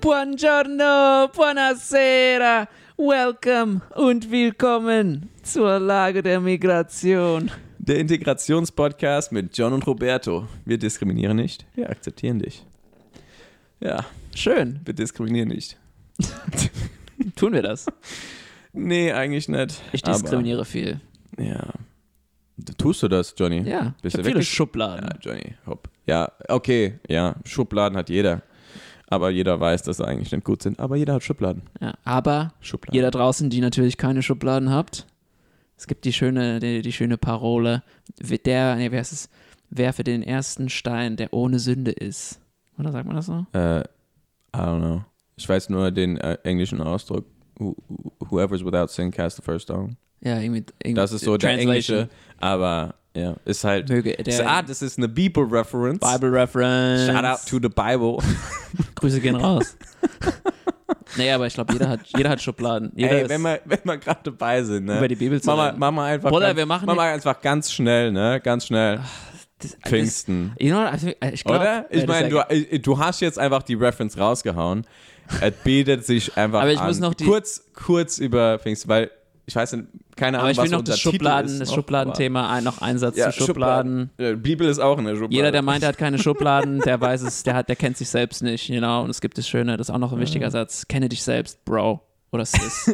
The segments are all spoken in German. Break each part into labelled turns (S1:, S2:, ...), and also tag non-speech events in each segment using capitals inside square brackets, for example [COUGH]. S1: Buongiorno, buonasera, welcome und willkommen zur Lage der Migration.
S2: Der Integrationspodcast mit John und Roberto. Wir diskriminieren nicht, wir akzeptieren dich. Ja,
S1: Schön,
S2: wir diskriminieren nicht.
S1: tun wir das.
S2: Nee, eigentlich nicht.
S1: Ich diskriminiere viel.
S2: Aber, ja. D- Tust du das, Johnny?
S1: Ja, ich
S2: Bist du
S1: hab viele
S2: wirklich-
S1: Schubladen.
S2: Ja, Johnny, hopp. Ja, okay, ja, Schubladen hat jeder. Aber jeder weiß, dass sie eigentlich nicht gut sind. Aber jeder hat Schubladen.
S1: Ja, aber
S2: Schubladen.
S1: ihr da draußen, die natürlich keine Schubladen habt, es gibt die schöne, die, die schöne Parole, wer- der, nee, wer ist es? Werfe den ersten Stein, der ohne Sünde ist. Oder sagt man das so?
S2: Äh, I don't know. Ich weiß nur den äh, englischen Ausdruck. Who- who- Whoever's without sin cast the first stone.
S1: Ja, irgendwie. irgendwie
S2: Das ist so der
S1: Translation.
S2: englische. Aber ja, ist halt.
S1: Möge
S2: Ist,
S1: der
S2: ah, das ist eine Bibel-Reference.
S1: Bible Reference.
S2: Shout out to the Bible.
S1: Grüße gehen raus. [LAUGHS] naja, aber ich glaube, jeder hat, jeder hat Schubladen. [LAUGHS] Jeder
S2: Ey,
S1: ist
S2: wenn wir, wenn wir gerade dabei sind, ne?
S1: über die Bibel zu
S2: Mach mal,
S1: reden.
S2: mach mal einfach,
S1: Bruder,
S2: ganz,
S1: wir machen
S2: mach mal einfach ganz schnell, ne? Ganz schnell.
S1: das, das,
S2: Pfingsten.
S1: you know, what, I think- ich glaub,
S2: oder?
S1: ey,
S2: Ich
S1: das
S2: meine,
S1: ist
S2: du,
S1: ja-
S2: äh, du hast jetzt einfach die Reference rausgehauen. es bietet sich einfach
S1: Aber ich
S2: an.
S1: muss noch die-
S2: kurz, kurz über Pfingsten, weil ich weiß nicht, keine Ahnung,
S1: Aber ich will
S2: was
S1: noch
S2: unser
S1: das
S2: Titel
S1: Schubladen,
S2: ist,
S1: das
S2: noch,
S1: Schubladenthema, ein, noch einen Satz
S2: aber- Ja,
S1: zu Schubladen.
S2: Schubladen. Äh, Bibel ist auch eine Schublade.
S1: Jeder, der meint, er hat keine Schubladen, der weiß
S2: [LAUGHS]
S1: es, der hat, der kennt sich selbst nicht, genau. Und es gibt das Schöne, das ist auch noch ein wichtiger Satz. Kenne dich selbst, Bro. Oder
S2: [LAUGHS]
S1: Sis.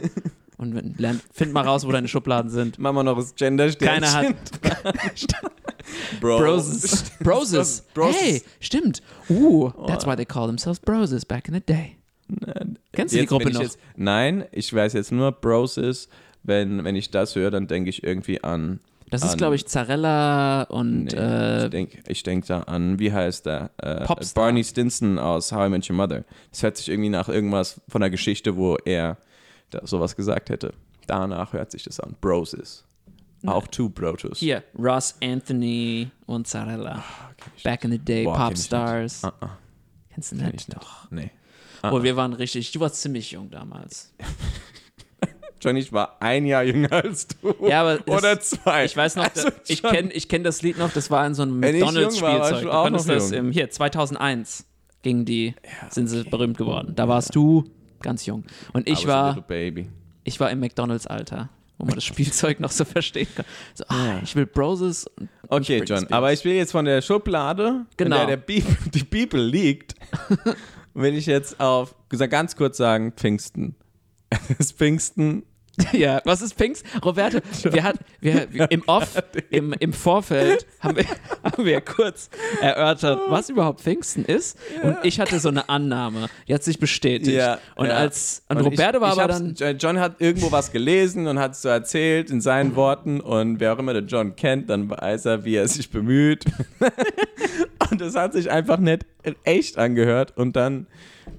S1: Und wenn- lern, find mal raus, wo deine Schubladen sind.
S2: Mach mal noch das gender
S1: Keiner hat.
S2: [LAUGHS] Bro. [LAUGHS]
S1: Broses. Broses.
S2: Broses.
S1: Hey, stimmt. Uh, that's why they call themselves Broses back in the day. Kennst du die
S2: Jetzt,
S1: Gruppe
S2: wenn ich
S1: noch?
S2: Jetzt, nein, ich weiß jetzt nur, Bros ist, wenn, wenn ich das höre, dann denke ich irgendwie an.
S1: Das ist,
S2: an-
S1: glaube ich, Zarella und
S2: Nee,
S1: äh,
S2: ich denke ich denk da an, wie heißt der? Äh,
S1: Popstar.
S2: Barney Stinson aus How I Met Your Mother. Das hört sich irgendwie nach irgendwas von der Geschichte, wo er da sowas gesagt hätte. Danach hört sich das an. Bros ist. Auch Two Brotus.
S1: hier Ross Anthony und Zarella. Back in the day,
S2: Ah, Boah, kenn ich
S1: Popstars.
S2: nicht. Ah, ah,
S1: Kennst du
S2: kenn
S1: nicht?
S2: ich
S1: Doch.
S2: nicht. Ah, Nee.
S1: Oh, wir waren richtig, du warst ziemlich jung damals.
S2: Johnny, ich war ein Jahr jünger als du.
S1: Ja, aber das-
S2: Oder zwei.
S1: Ich weiß noch,
S2: Oh, [LAUGHS] Also
S1: da- ich
S2: schon.
S1: kenne ich kenn das Lied noch, das war in so einem
S2: Wenn ich jung war, war ich
S1: McDonalds-Spielzeug. Du
S2: auch
S1: konntest
S2: noch
S1: das
S2: jung.
S1: im, hier, 2001 gingen die, sind sie berühmt geworden. Da warst du ganz jung. Und
S2: I was
S1: ich
S2: a
S1: war,
S2: little Baby.
S1: ich war im McDonalds-Alter, wo
S2: [LAUGHS]
S1: man das Spielzeug noch so verstehen kann. So, ah,
S2: Ja.
S1: ich will Broses. und- [LAUGHS] und
S2: Okay,
S1: Britney
S2: John,
S1: Spears.
S2: aber ich will jetzt von der Schublade,
S1: Genau.
S2: in der, der Bibel, [LAUGHS] die
S1: [LAUGHS]
S2: Bibel liegt, will ich jetzt auf, gesagt, ganz kurz sagen, Pfingsten. [LAUGHS] Das Pfingsten,
S1: Ja, was ist Pfingst? Roberto, wir hat, wir, wir- im Off, im, im Vorfeld haben wir, [LAUGHS] haben wir kurz erörtert, was überhaupt Pfingsten ist. Und ich hatte so eine Annahme. Die hat sich bestätigt.
S2: Ja,
S1: und
S2: ja.
S1: als und, Roberto
S2: ich,
S1: war
S2: ich
S1: aber
S2: hab's-
S1: dann.
S2: Jo- John hat irgendwo was gelesen und hat es so erzählt in
S1: Mhm.
S2: seinen Worten und wer auch immer den John kennt, dann weiß er, wie er
S1: [LAUGHS]
S2: sich bemüht. und das hat sich einfach nicht echt angehört und dann,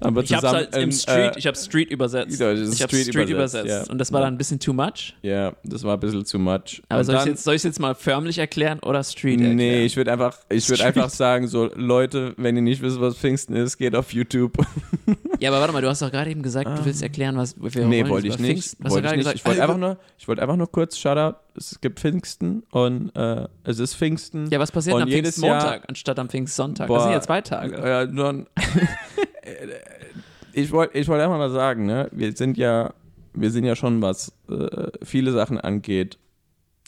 S2: dann wird
S1: Ich hab's
S2: zusammen
S1: halt im
S2: ähm,
S1: Street,
S2: äh,
S1: ich hab's Street übersetzt.
S2: Ja, das ist
S1: ich hab's Street,
S2: Street
S1: übersetzt.
S2: übersetzt, ja.
S1: Und das war dann ein bisschen too much.
S2: ja, das war ein bisschen too much.
S1: Aber
S2: und
S1: soll ich,
S2: dann-
S1: jetzt, soll ich jetzt mal förmlich erklären oder Street erklären?
S2: Nee, ich würde einfach, ich würd
S1: [LAUGHS] Street.
S2: einfach sagen, so, Leute, wenn ihr nicht wisst, was Pfingsten ist, geht auf YouTube.
S1: Ja, aber warte mal, du hast doch gerade eben gesagt, du willst erklären, was wir
S2: Ähm, nee,
S1: wollen
S2: wollte
S1: über
S2: ich nicht.
S1: Pfingsten. Du hast doch
S2: Wollte ich
S1: gerade
S2: nicht.
S1: gesagt,
S2: Ich wollte
S1: ah,
S2: einfach, nur- ich wollte einfach nur kurz, Shoutout, es gibt Pfingsten und äh, es ist Pfingsten.
S1: Ja, was passiert
S2: Und
S1: am
S2: jedes
S1: Pfingstmontag anstatt am Pfingstsonntag?
S2: Boah. äh,
S1: das sind ja zwei Tage.
S2: Ja,
S1: [LAUGHS]
S2: nun, ich wollte ich wollt einfach mal sagen, ne, wir sind ja, wir sind ja schon, was äh, viele Sachen angeht,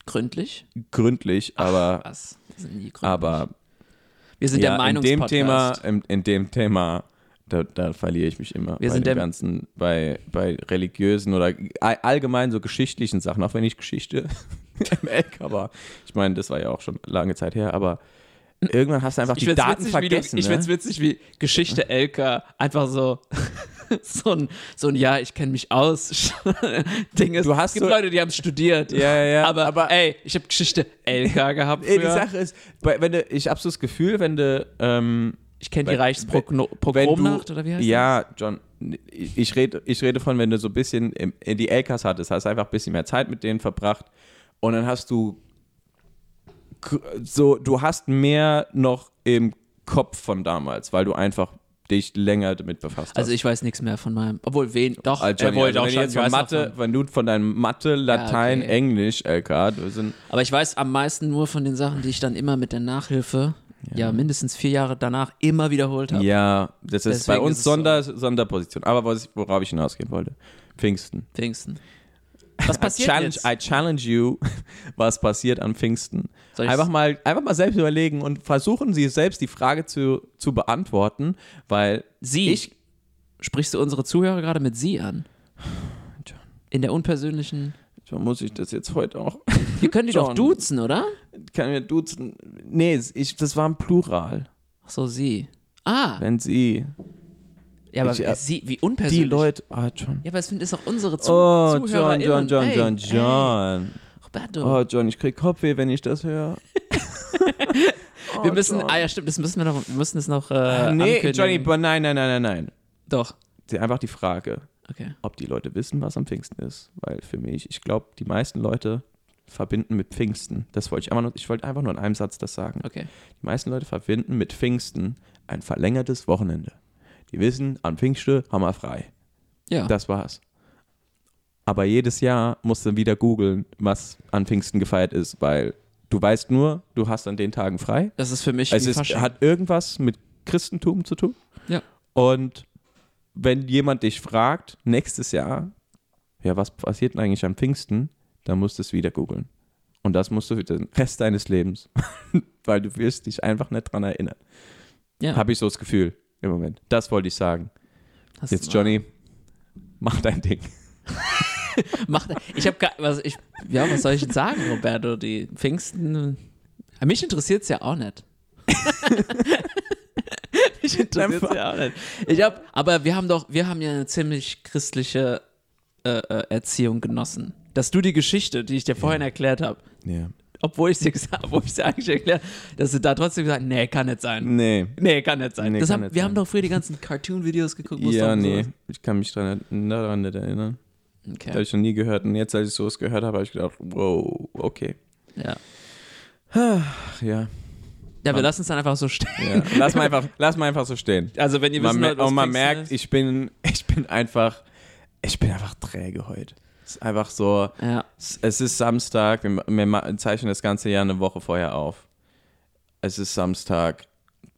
S1: Gründlich?
S2: gründlich, aber,
S1: Was? Wir sind nie gründlich.
S2: aber
S1: wir sind der
S2: Ah, in dem
S1: Meinungspodcast.
S2: Thema, in, in dem Thema, da, da verliere ich mich immer
S1: Wir
S2: bei
S1: sind der-
S2: dem ganzen, bei, bei religiösen oder all- allgemein so geschichtlichen Sachen, auch wenn ich Geschichte [LAUGHS] im LK war. Ich meine, das war ja auch schon lange Zeit her, aber irgendwann hast du einfach
S1: ich
S2: die
S1: find's
S2: Daten
S1: witzig,
S2: vergessen.
S1: Wie du, ich find's
S2: ne?
S1: witzig, wie Geschichte Elka einfach so [LAUGHS] so ein, so ein Ja, ich kenne mich aus [LAUGHS] Ding ist.
S2: Du hast
S1: es gibt
S2: so-
S1: Leute, die haben studiert.
S2: Ja, ja, ja,
S1: aber, ey, ich habe Geschichte Elka gehabt
S2: Ey,
S1: früher.
S2: die Sache ist, bei- wenn du, ich habe so das Gefühl, wenn du, ähm,
S1: ich kenne die
S2: wenn- wenn du,
S1: Reichspogromnacht oder wie heißt
S2: Ja, John, ich ich rede ich rede von, wenn du so ein bisschen im, in die LKs hattest, hast einfach ein bisschen mehr Zeit mit denen verbracht und dann hast du k- so, du hast mehr noch im Kopf von damals, weil du einfach dich länger damit befasst hast.
S1: das? Also ich weiß nichts mehr von meinem, obwohl wen, doch,
S2: Also,
S1: er
S2: Johnny,
S1: wollte
S2: also
S1: auch
S2: wenn, du
S1: schon,
S2: jetzt
S1: ich
S2: von
S1: weiß noch
S2: Mathe,
S1: von-
S2: wenn du von deinem Mathe, Latein,
S1: okay.
S2: Englisch, LK, du sind,
S1: Aber ich weiß am meisten nur von den Sachen, die ich dann immer mit der Nachhilfe ja mindestens vier Jahre danach immer wiederholt habe.
S2: Ja, das ist
S1: Deswegen
S2: bei uns
S1: ist es
S2: Sonder, Sonderposition. Aber was ich, worauf ich hinausgehen wollte. Pfingsten.
S1: Pfingsten.
S2: [LAUGHS]
S1: Was
S2: I
S1: passiert
S2: challenge,
S1: jetzt?
S2: I challenge you, [LAUGHS] was passiert am Pfingsten.
S1: Soll ich's-
S2: Einfach mal, einfach mal selbst überlegen und versuchen Sie selbst die Frage zu, zu beantworten, weil
S1: Sie.
S2: ich-
S1: Sprichst du unsere Zuhörer gerade mit Sie an?
S2: John.
S1: In der unpersönlichen.
S2: so muss ich das jetzt heute auch.
S1: Wir können die doch
S2: John.
S1: duzen, oder?
S2: Kann mir duzen. Nee, ich, das war ein Plural.
S1: Ach so, Sie. Ah,
S2: Wenn Sie.
S1: ja, aber
S2: ich, äh,
S1: Sie, wie
S2: Die
S1: unpersönlich.
S2: Leute. Ah, John.
S1: Ja, aber es sind ist auch unsere Zu
S2: Oh,
S1: Zuhörer.
S2: John, John, John,
S1: ey,
S2: John,
S1: Ey,
S2: John.
S1: Roberto.
S2: Oh, John, ich krieg Kopfweh, wenn ich das höre.
S1: [LAUGHS] wir müssen,
S2: Oh, John.
S1: ah ja, stimmt, das müssen wir noch, wir müssen es noch. Äh,
S2: nee,
S1: ankündigen.
S2: Johnny, aber nein, nein, nein, nein, nein.
S1: Doch,
S2: Die- Einfach die Frage,
S1: okay.
S2: ob die Leute wissen, was am Pfingsten ist. Weil für mich, ich glaube, die meisten Leute verbinden mit Pfingsten. Das wollte ich einfach nur, ich wollte einfach nur in einem Satz das sagen.
S1: Okay.
S2: Die meisten Leute verbinden mit Pfingsten ein verlängertes Wochenende. Die wissen, an Pfingste haben wir frei.
S1: Ja.
S2: Das war's. Aber jedes Jahr musst du wieder googeln, was an Pfingsten gefeiert ist, weil du weißt nur, du hast an den Tagen frei.
S1: Das ist für mich
S2: Also Es
S1: wie
S2: ist,
S1: Fasching.
S2: hat irgendwas mit Christentum zu tun.
S1: Ja.
S2: Und wenn jemand dich fragt, nächstes Jahr, ja, was passiert denn eigentlich am Pfingsten, dann musst du es wieder googeln. Und das musst du für den Rest deines Lebens, [LAUGHS] weil du wirst dich einfach nicht dran erinnern.
S1: Ja.
S2: Habe ich so das Gefühl im Moment. Das wollte ich sagen.
S1: Hast du
S2: Jetzt,
S1: mal-
S2: Johnny, mach dein Ding.
S1: [LAUGHS] Macht, ich habe was ich ja, was soll ich denn sagen, Roberto? Die Pfingsten. äh, Mich interessiert es ja auch nicht. [LAUGHS] mich interessiert es ja auch nicht. Ich hab, aber wir haben doch, wir haben ja eine ziemlich christliche äh, äh, Erziehung genossen. Dass du die Geschichte, die ich dir vorhin erklärt habe,
S2: Ja.
S1: obwohl ich sie gesagt, obwohl ich sie eigentlich erklärt, dass du da trotzdem gesagt, nee, kann nicht sein.
S2: Nee.
S1: Nee, kann nicht sein.
S2: Nee,
S1: das
S2: kann
S1: haben, wir
S2: nicht
S1: haben
S2: sein.
S1: doch früher die ganzen Cartoon-Videos geguckt. wo es
S2: Ja,
S1: darum so
S2: nee.
S1: ist.
S2: Ich kann mich dran, daran nicht erinnern. Das habe
S1: Okay.
S2: ich noch nie gehört. Und jetzt, als ich sowas gehört habe, habe ich gedacht, wow, okay.
S1: Ja.
S2: Ach ja.
S1: ja, wir lassen es dann einfach so stehen.
S2: ja. Lass, mal einfach, lass mal einfach so stehen.
S1: Also wenn ihr
S2: Man,
S1: wissen
S2: mer-
S1: wollt, was
S2: und man
S1: Pfingsten
S2: merkt,
S1: ist.
S2: ich bin, [LAUGHS] ich bin einfach, ich bin einfach träge heute. Es ist einfach so,
S1: ja,
S2: es es ist Samstag, wir, wir ma- zeichnen das ganze Jahr eine Woche vorher auf. Es ist Samstag,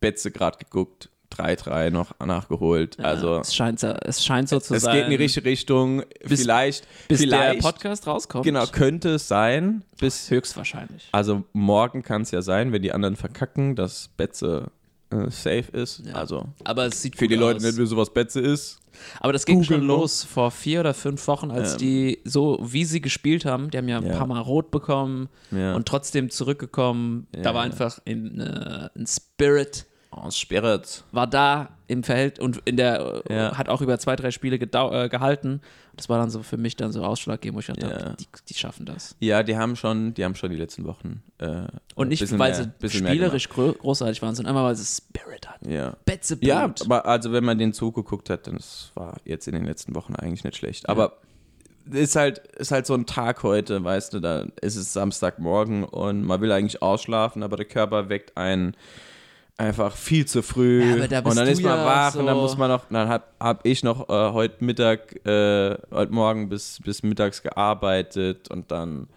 S2: Betze gerade geguckt, 3-3 noch nachgeholt. [LAUGHS] also
S1: es scheint, so- es scheint so zu
S2: es
S1: sein.
S2: geht in die richtige Richtung.
S1: Bis-
S2: vielleicht,
S1: bis
S2: vielleicht,
S1: der Podcast rauskommt.
S2: genau, könnte es sein, bis
S1: höchstwahrscheinlich.
S2: Also morgen kann es ja sein, wenn die anderen verkacken, dass Betze äh, safe ist.
S1: Ja.
S2: Also
S1: Aber es sieht
S2: für die
S1: gut
S2: Leute
S1: aus.
S2: nicht wissen, was Betze ist.
S1: Aber das ging
S2: Google
S1: schon
S2: noch.
S1: los vor vier oder fünf Wochen, als
S2: Ähm.
S1: die so wie sie gespielt haben, die haben ja ein
S2: Ja.
S1: paar Mal rot bekommen
S2: Ja.
S1: und trotzdem zurückgekommen.
S2: Ja,
S1: da war
S2: ja.
S1: einfach ein, äh, ein Spirit
S2: Oh, Spirit.
S1: war da im Verhältnis und in der äh,
S2: Ja.
S1: hat auch über zwei drei Spiele gedau- äh, gehalten. Das war dann so für mich dann so ausschlaggebend, wo ich dachte,
S2: Ja.
S1: die, die schaffen das.
S2: Ja, die haben schon, die haben schon die letzten Wochen. Äh,
S1: Und
S2: ein
S1: nicht,
S2: bisschen
S1: weil
S2: mehr-
S1: sie
S2: bisschen mehr
S1: spielerisch gro großartig waren, sondern einmal, weil sie Spirit hatten.
S2: gemacht. Ja.
S1: Betze
S2: Ja,
S1: boomt.
S2: aber also wenn man den zugeguckt hat, dann es war jetzt in den letzten Wochen eigentlich nicht schlecht. Aber ist halt, ist halt so ein Tag heute, weißt du, da ist es Samstagmorgen und man will eigentlich ausschlafen, aber der Körper weckt einen einfach viel zu früh.
S1: Ja, aber da bist
S2: und dann
S1: du
S2: ist man
S1: ja
S2: wach und dann
S1: so-
S2: muss man noch, dann hab, hab ich noch äh, heute Mittag, äh, heute Morgen bis, bis mittags gearbeitet und dann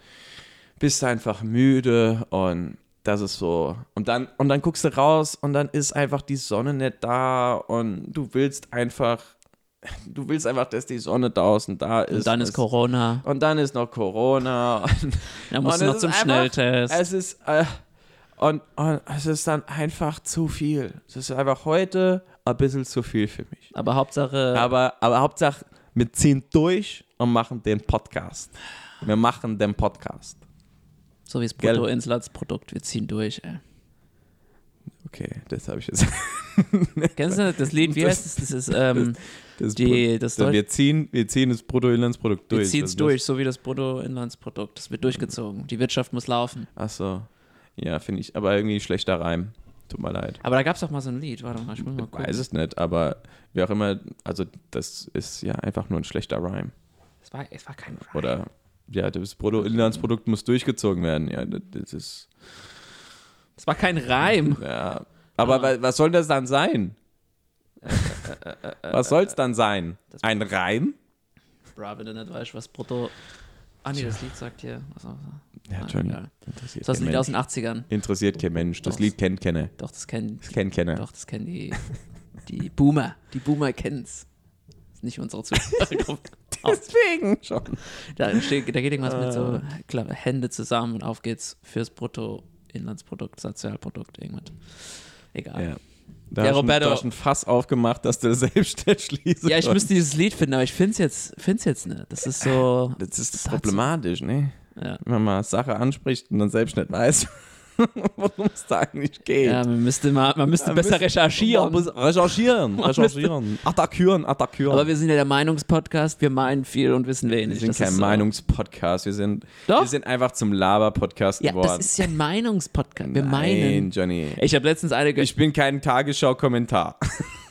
S2: bist einfach müde und das ist so. Und dann, und dann guckst du raus und dann ist einfach die Sonne nicht da und du willst einfach, du willst einfach, dass die Sonne draußen da ist.
S1: Und dann ist Corona.
S2: Und dann ist noch
S1: [LAUGHS]
S2: Corona. Und,
S1: Dann musst
S2: und
S1: du noch
S2: es
S1: zum
S2: ist einfach-
S1: Schnelltest.
S2: Es ist, äh, und, und es ist dann einfach zu viel. Es ist einfach heute ein bisschen zu viel für mich.
S1: Aber Hauptsache,
S2: Aber, aber Hauptsache, wir ziehen durch und machen den Podcast. Wir machen den Podcast.
S1: so wie das
S2: Gell.
S1: Bruttoinlandsprodukt, wir ziehen durch.
S2: [LAUGHS]
S1: Ey.
S2: Okay, das habe ich jetzt. [LAUGHS]
S1: Kennst du das Lied? Wie
S2: Das-
S1: heißt es? Das ist, ähm,
S2: Das
S1: die, das
S2: Brut-
S1: Deutsch,
S2: wir, ziehen, wir ziehen das Bruttoinlandsprodukt durch.
S1: wir ziehen es
S2: das-
S1: durch, so wie das Bruttoinlandsprodukt. Das wird durchgezogen. Die Wirtschaft muss laufen.
S2: Ach so. Ja, finde ich. Aber irgendwie schlechter Reim. Tut mir leid.
S1: Aber da gab es doch mal so ein Lied. Warte mal, ich muss mal
S2: Ich weiß
S1: gucken.
S2: es nicht, aber wie auch immer, also das ist ja einfach nur ein schlechter Reim.
S1: Es war, es war kein Rap.
S2: Oder ja, das Bruttoinlandsprodukt muss durchgezogen werden. Ja, das- das ist.
S1: Es war kein [LAUGHS] Reim. Ah.
S2: Ja. Aber wa- was soll das
S1: [LAUGHS]
S2: dann sein? Was soll es dann sein? Ein Reim?
S1: Bra, wenn du nicht weißt, was Brutto. Ah nee, das Lied sagt dir. Was auch,
S2: Ja,
S1: Ah,
S2: Entschuldigung.
S1: egal.
S2: Interessiert
S1: ist das ein
S2: kein
S1: Lied
S2: Mensch.
S1: aus den 80ern?
S2: Interessiert kein Mensch. Das
S1: Doch.
S2: Lied kennt keiner.
S1: Doch, das kennen,
S2: Das kennt keiner.
S1: doch, das kennen die, die Boomer. Die Boomer kennen's. Ist nicht unsere Zuhörergruppe.
S2: [LAUGHS] Deswegen schon.
S1: da, steht, da geht irgendwas mit so
S2: Ah.
S1: Kla- Hände zusammen und auf geht's fürs Bruttoinlandsprodukt, Sozialprodukt, irgendwas. Egal.
S2: Ja. Da,
S1: Ja,
S2: hast du-
S1: Roberto.
S2: da hast du ein Fass aufgemacht, dass du das selbst nicht schließen
S1: Ja, ich
S2: konntest.
S1: müsste dieses Lied finden, aber ich finde es jetzt, find's jetzt nicht. Das ist so.
S2: Das ist
S1: hat so-
S2: problematisch, ne?
S1: Ja.
S2: Wenn man mal Sache anspricht und dann selbst nicht weiß, [LAUGHS] worum es da eigentlich geht.
S1: Ja, man müsste, mal, man müsste
S2: Man
S1: besser
S2: müsste- Man
S1: recherchieren.
S2: muss
S1: [LAUGHS]
S2: recherchieren, recherchieren, attackieren, attackieren.
S1: Aber wir sind ja der Meinungspodcast, wir meinen viel und wissen
S2: wir
S1: wenig.
S2: sind
S1: Das
S2: kein
S1: ist so.
S2: Meinungspodcast, wir sind,
S1: Doch.
S2: wir sind einfach zum Laber-Podcast
S1: Ja, das
S2: geworden.
S1: ist ja ein Meinungspodcast. Wir
S2: Nein,
S1: meinen.
S2: Johnny.
S1: Ich habe letztens eine ge
S2: Ich bin kein Tagesschau-Kommentar.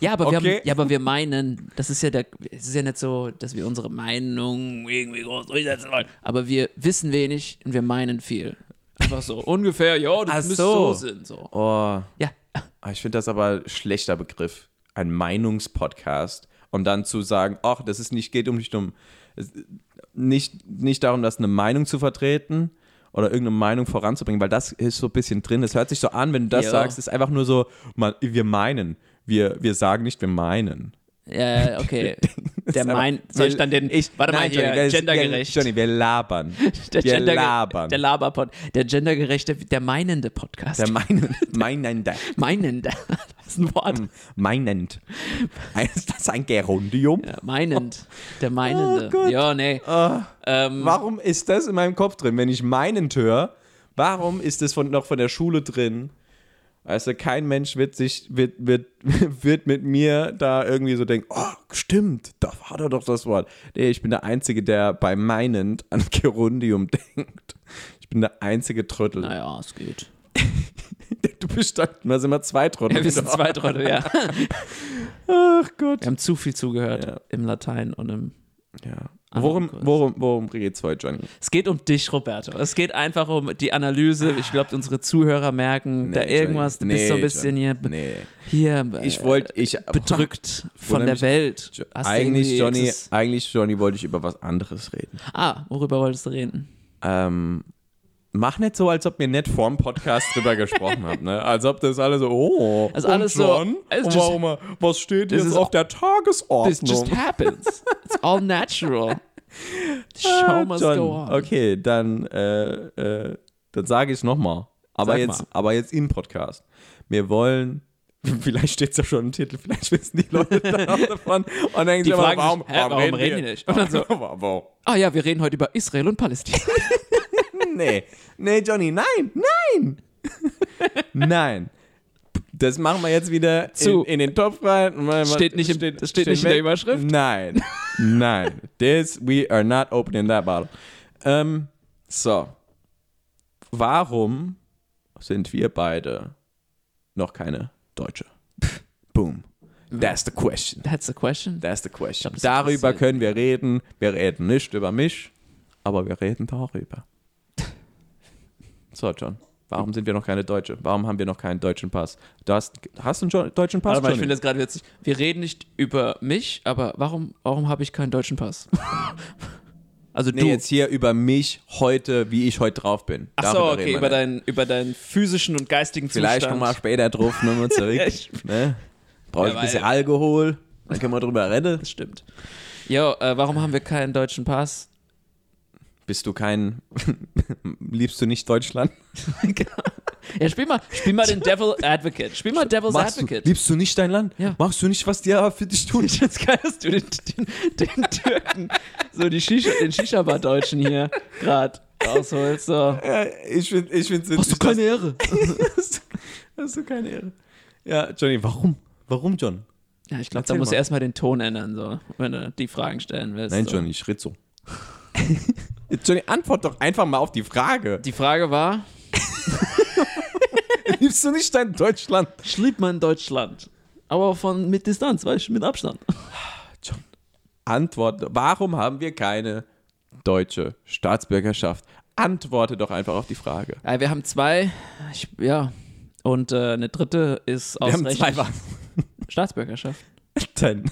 S1: ja, aber wir
S2: okay.
S1: haben, ja, aber wir meinen, das ist ja der es ist ja nicht so, dass wir unsere Meinung irgendwie groß durchsetzen wollen, aber wir wissen wenig und wir meinen viel. Einfach so ungefähr, ja, das
S2: Ach
S1: müsste Oh, so
S2: so.
S1: sein so.
S2: Oh,
S1: Ja.
S2: Ah, Ich finde das aber ein schlechter Begriff. Ein Meinungspodcast. Und dann zu sagen, ach, das ist nicht, geht um nicht um es- nicht, nicht darum, dass eine Meinung zu vertreten oder irgendeine Meinung voranzubringen, weil das ist so ein bisschen drin. Es hört sich so an, wenn du das
S1: Ja.
S2: sagst, ist einfach nur so, man, wir meinen. Wir, wir sagen nicht, wir meinen.
S1: Ja,
S2: [LAUGHS]
S1: okay. Der
S2: ist aber-
S1: mein soll ich dann den ich, warte
S2: Nein,
S1: mal hier
S2: Johnny, das-
S1: gendergerecht.
S2: Johnny, wir labern.
S1: [LAUGHS] der
S2: wir
S1: Genderge-
S2: labern.
S1: Der Laberpod, der gendergerechte, der meinende Podcast.
S2: Der meinen, meinender.
S1: meinende. [LAUGHS] Das ist ein Wort.
S2: Meinend. Ist das ein Gerundium?
S1: Ja, Äh, meinend.
S2: Oh
S1: Der meinende. ja, nee.
S2: Ah.
S1: Ähm,
S2: Warum ist das in meinem Kopf drin, wenn ich meinen höre? Warum ist das von, noch von der Schule drin? Also kein Mensch wird sich wird, wird, [LAUGHS] wird mit mir da irgendwie so denken, oh, stimmt, da war da doch das Wort. Nee, ich bin der Einzige, der bei meinend an Gerundium [LAUGHS] denkt. Ich bin der einzige Trottel.
S1: naja, es
S2: [LAUGHS]
S1: geht.
S2: Du bist dann, da sind wir zwei Trottel.
S1: Ja, wir sind zwei Trottel, ja.
S2: genau. [LAUGHS] Ach Gott.
S1: Wir haben zu viel zugehört
S2: Ja.
S1: im Latein und im.
S2: Ja.
S1: Ah,
S2: Worum, worum, worum geht's heute, Johnny?
S1: Es geht um dich, Roberto. Es geht einfach um die Analyse. Ich glaube, unsere Zuhörer merken da
S2: Nee,
S1: irgendwas. Du
S2: Johnny.
S1: bist so ein
S2: Nee,
S1: bisschen hier,
S2: Johnny. Nee.
S1: hier äh,
S2: Ich wollte, ich [LAUGHS]
S1: bedrückt von der
S2: nämlich-
S1: Welt.
S2: Jo-
S1: Hast du
S2: Eigentlich,
S1: irgendwie-
S2: Johnny,
S1: ist es-
S2: eigentlich, Johnny, wollte ich über was anderes reden.
S1: Ah, worüber wolltest du reden?
S2: Ähm, mach nicht so, als ob wir nicht vorm Podcast drüber gesprochen haben, ne? Als ob das alles so, oh,
S1: Also
S2: und
S1: alles so-
S2: John,
S1: it's
S2: und
S1: just-
S2: warum, er- was steht jetzt
S1: is
S2: auf der
S1: This just
S2: Tagesordnung?
S1: happens. It's all natural. The show
S2: [LAUGHS] Ah,
S1: must
S2: John,
S1: go on.
S2: Okay, dann, äh, äh, dann sage ich es nochmal. Aber
S1: Sag
S2: jetzt,
S1: mal.
S2: aber jetzt im Podcast. Wir wollen, [LAUGHS] vielleicht steht es ja schon im Titel, vielleicht wissen die Leute da auch davon und
S1: Die
S2: denken sich immer,
S1: fragen sich,
S2: warum,
S1: hä, warum reden die
S2: wir-
S1: nicht? Und dann so-
S2: [LAUGHS] warum?
S1: Ah ja, wir reden heute über Israel und Palästina.
S2: Nee, nee, Johnny, nein, nein. nein. Das machen wir jetzt wieder
S1: Zu.
S2: In, in den Topf rein. Das
S1: Steht nicht im- das steht nicht in der Überschrift?
S2: Nein, nein. This, we are not opening that bottle. Ähm, so. Warum sind wir beide noch keine Deutsche? Boom. That's the question.
S1: That's the question.
S2: That's the question.
S1: das
S2: darüber
S1: interessiert-
S2: können wir reden. Wir reden nicht über mich, aber wir reden darüber. So, John. Warum sind wir noch keine Deutsche? Warum haben wir noch keinen deutschen Pass? Du hast, hast du einen Jo- deutschen Pass?
S1: Warte mal, ich
S2: Johnny?
S1: finde das gerade witzig. Wir reden nicht über mich, aber warum, warum habe ich keinen deutschen Pass? [LAUGHS] Also
S2: nee,
S1: du.
S2: jetzt hier über mich heute, wie ich heute drauf bin.
S1: Ach so,
S2: Darüber reden
S1: okay,
S2: wir
S1: über
S2: nicht.
S1: deinen, über deinen physischen und geistigen
S2: Vielleicht
S1: Zustand.
S2: nochmal später drauf,
S1: [LAUGHS]
S2: nehmen wir zurück.
S1: Ja, ich-
S2: ne? Brauche ich
S1: Ja,
S2: ein bisschen
S1: weil-
S2: Alkohol, dann können wir drüber reden.
S1: Das stimmt. Jo, äh, warum haben wir keinen deutschen Pass?
S2: Bist du kein. [LAUGHS] Liebst du nicht Deutschland?
S1: ja, spiel mal, spiel mal [LAUGHS] den Devil Advocate. Spiel mal Devil's
S2: Machst du,
S1: Advocate.
S2: liebst du nicht dein Land?
S1: Ja.
S2: Machst du nicht, was die Araber für dich tun?
S1: [LAUGHS] Ich find's geil, dass du den, den, den Türken, so die Shisha, den Shisha-Bar-Deutschen hier gerade rausholst. So.
S2: Ja, Äh, ich finde ich find's witzig.
S1: Ehre?
S2: dass- hast, du- hast du keine Ehre. Ja, Johnny, warum? Warum, John?
S1: Ja, ich glaube, da
S2: Erzähl
S1: musst du
S2: mal.
S1: erstmal den Ton ändern, so, wenn du die Fragen stellen willst.
S2: Nein,
S1: so.
S2: Johnny, ich red so. Johnny, antwort doch einfach mal auf die Frage.
S1: Die Frage war,
S2: Liebst du nicht dein Deutschland?
S1: ich lieb mein Deutschland, aber von mit Distanz, weißt du, mit Abstand.
S2: Antwort, warum haben wir keine deutsche Staatsbürgerschaft? Antworte doch einfach auf die Frage.
S1: Ja, wir haben zwei, ich, ja, und äh, eine dritte ist
S2: Wir haben
S1: ausreichend
S2: zwei Wahl-
S1: Staatsbürgerschaft.
S2: [LAUGHS] Denn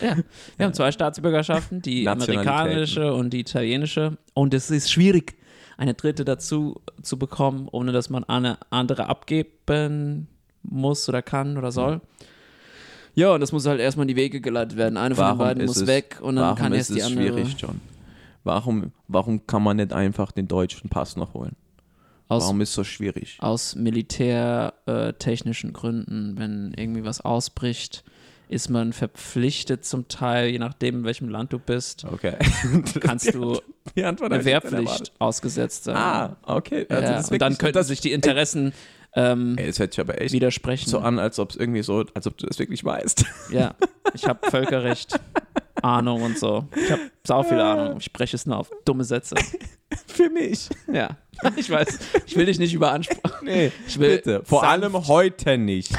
S1: Ja. Wir haben zwei Staatsbürgerschaften, die
S2: [LAUGHS] Nationalitäten.
S1: amerikanische und die italienische. Und es ist schwierig, eine dritte dazu zu bekommen, ohne dass man eine andere abgeben muss oder kann oder soll. Ja, und das muss halt erstmal in die Wege geleitet werden. Eine von den beiden muss weg und dann
S2: warum
S1: kann
S2: ist
S1: erst die
S2: es
S1: andere.
S2: schwierig, John? Warum, warum kann man nicht einfach den deutschen Pass noch holen?
S1: Aus
S2: Warum ist es so schwierig?
S1: aus militärtechnischen Gründen, wenn irgendwie was ausbricht, ist man verpflichtet zum Teil, je nachdem, in welchem Land du
S2: [LAUGHS]
S1: bist,
S2: Okay.
S1: kannst du
S2: [LAUGHS] Die Antwort
S1: eine
S2: habe ich jetzt erwartet.
S1: Wehrpflicht ausgesetzt sein.
S2: Ah, okay.
S1: Ähm,
S2: Also
S1: ja,
S2: das ist
S1: und dann
S2: wirklich-
S1: könnten
S2: das,
S1: sich die Interessen ähm,
S2: Ey, das hört sich aber echt
S1: widersprechen.
S2: so an, als ob es irgendwie so, als ob du das wirklich weißt. [LAUGHS]
S1: Ja, ich habe Völkerrecht, Ahnung und so. Ich habe sau viel
S2: Ah.
S1: Ahnung. Ich spreche es nur auf dumme
S2: [LAUGHS]
S1: Sätze.
S2: Für mich.
S1: Ja, ich weiß. Ich will dich nicht überanspruchen.
S2: [LAUGHS] Nee,
S1: Ich will
S2: bitte. Vor
S1: sanft-
S2: allem
S1: [LAUGHS]
S2: heute nicht.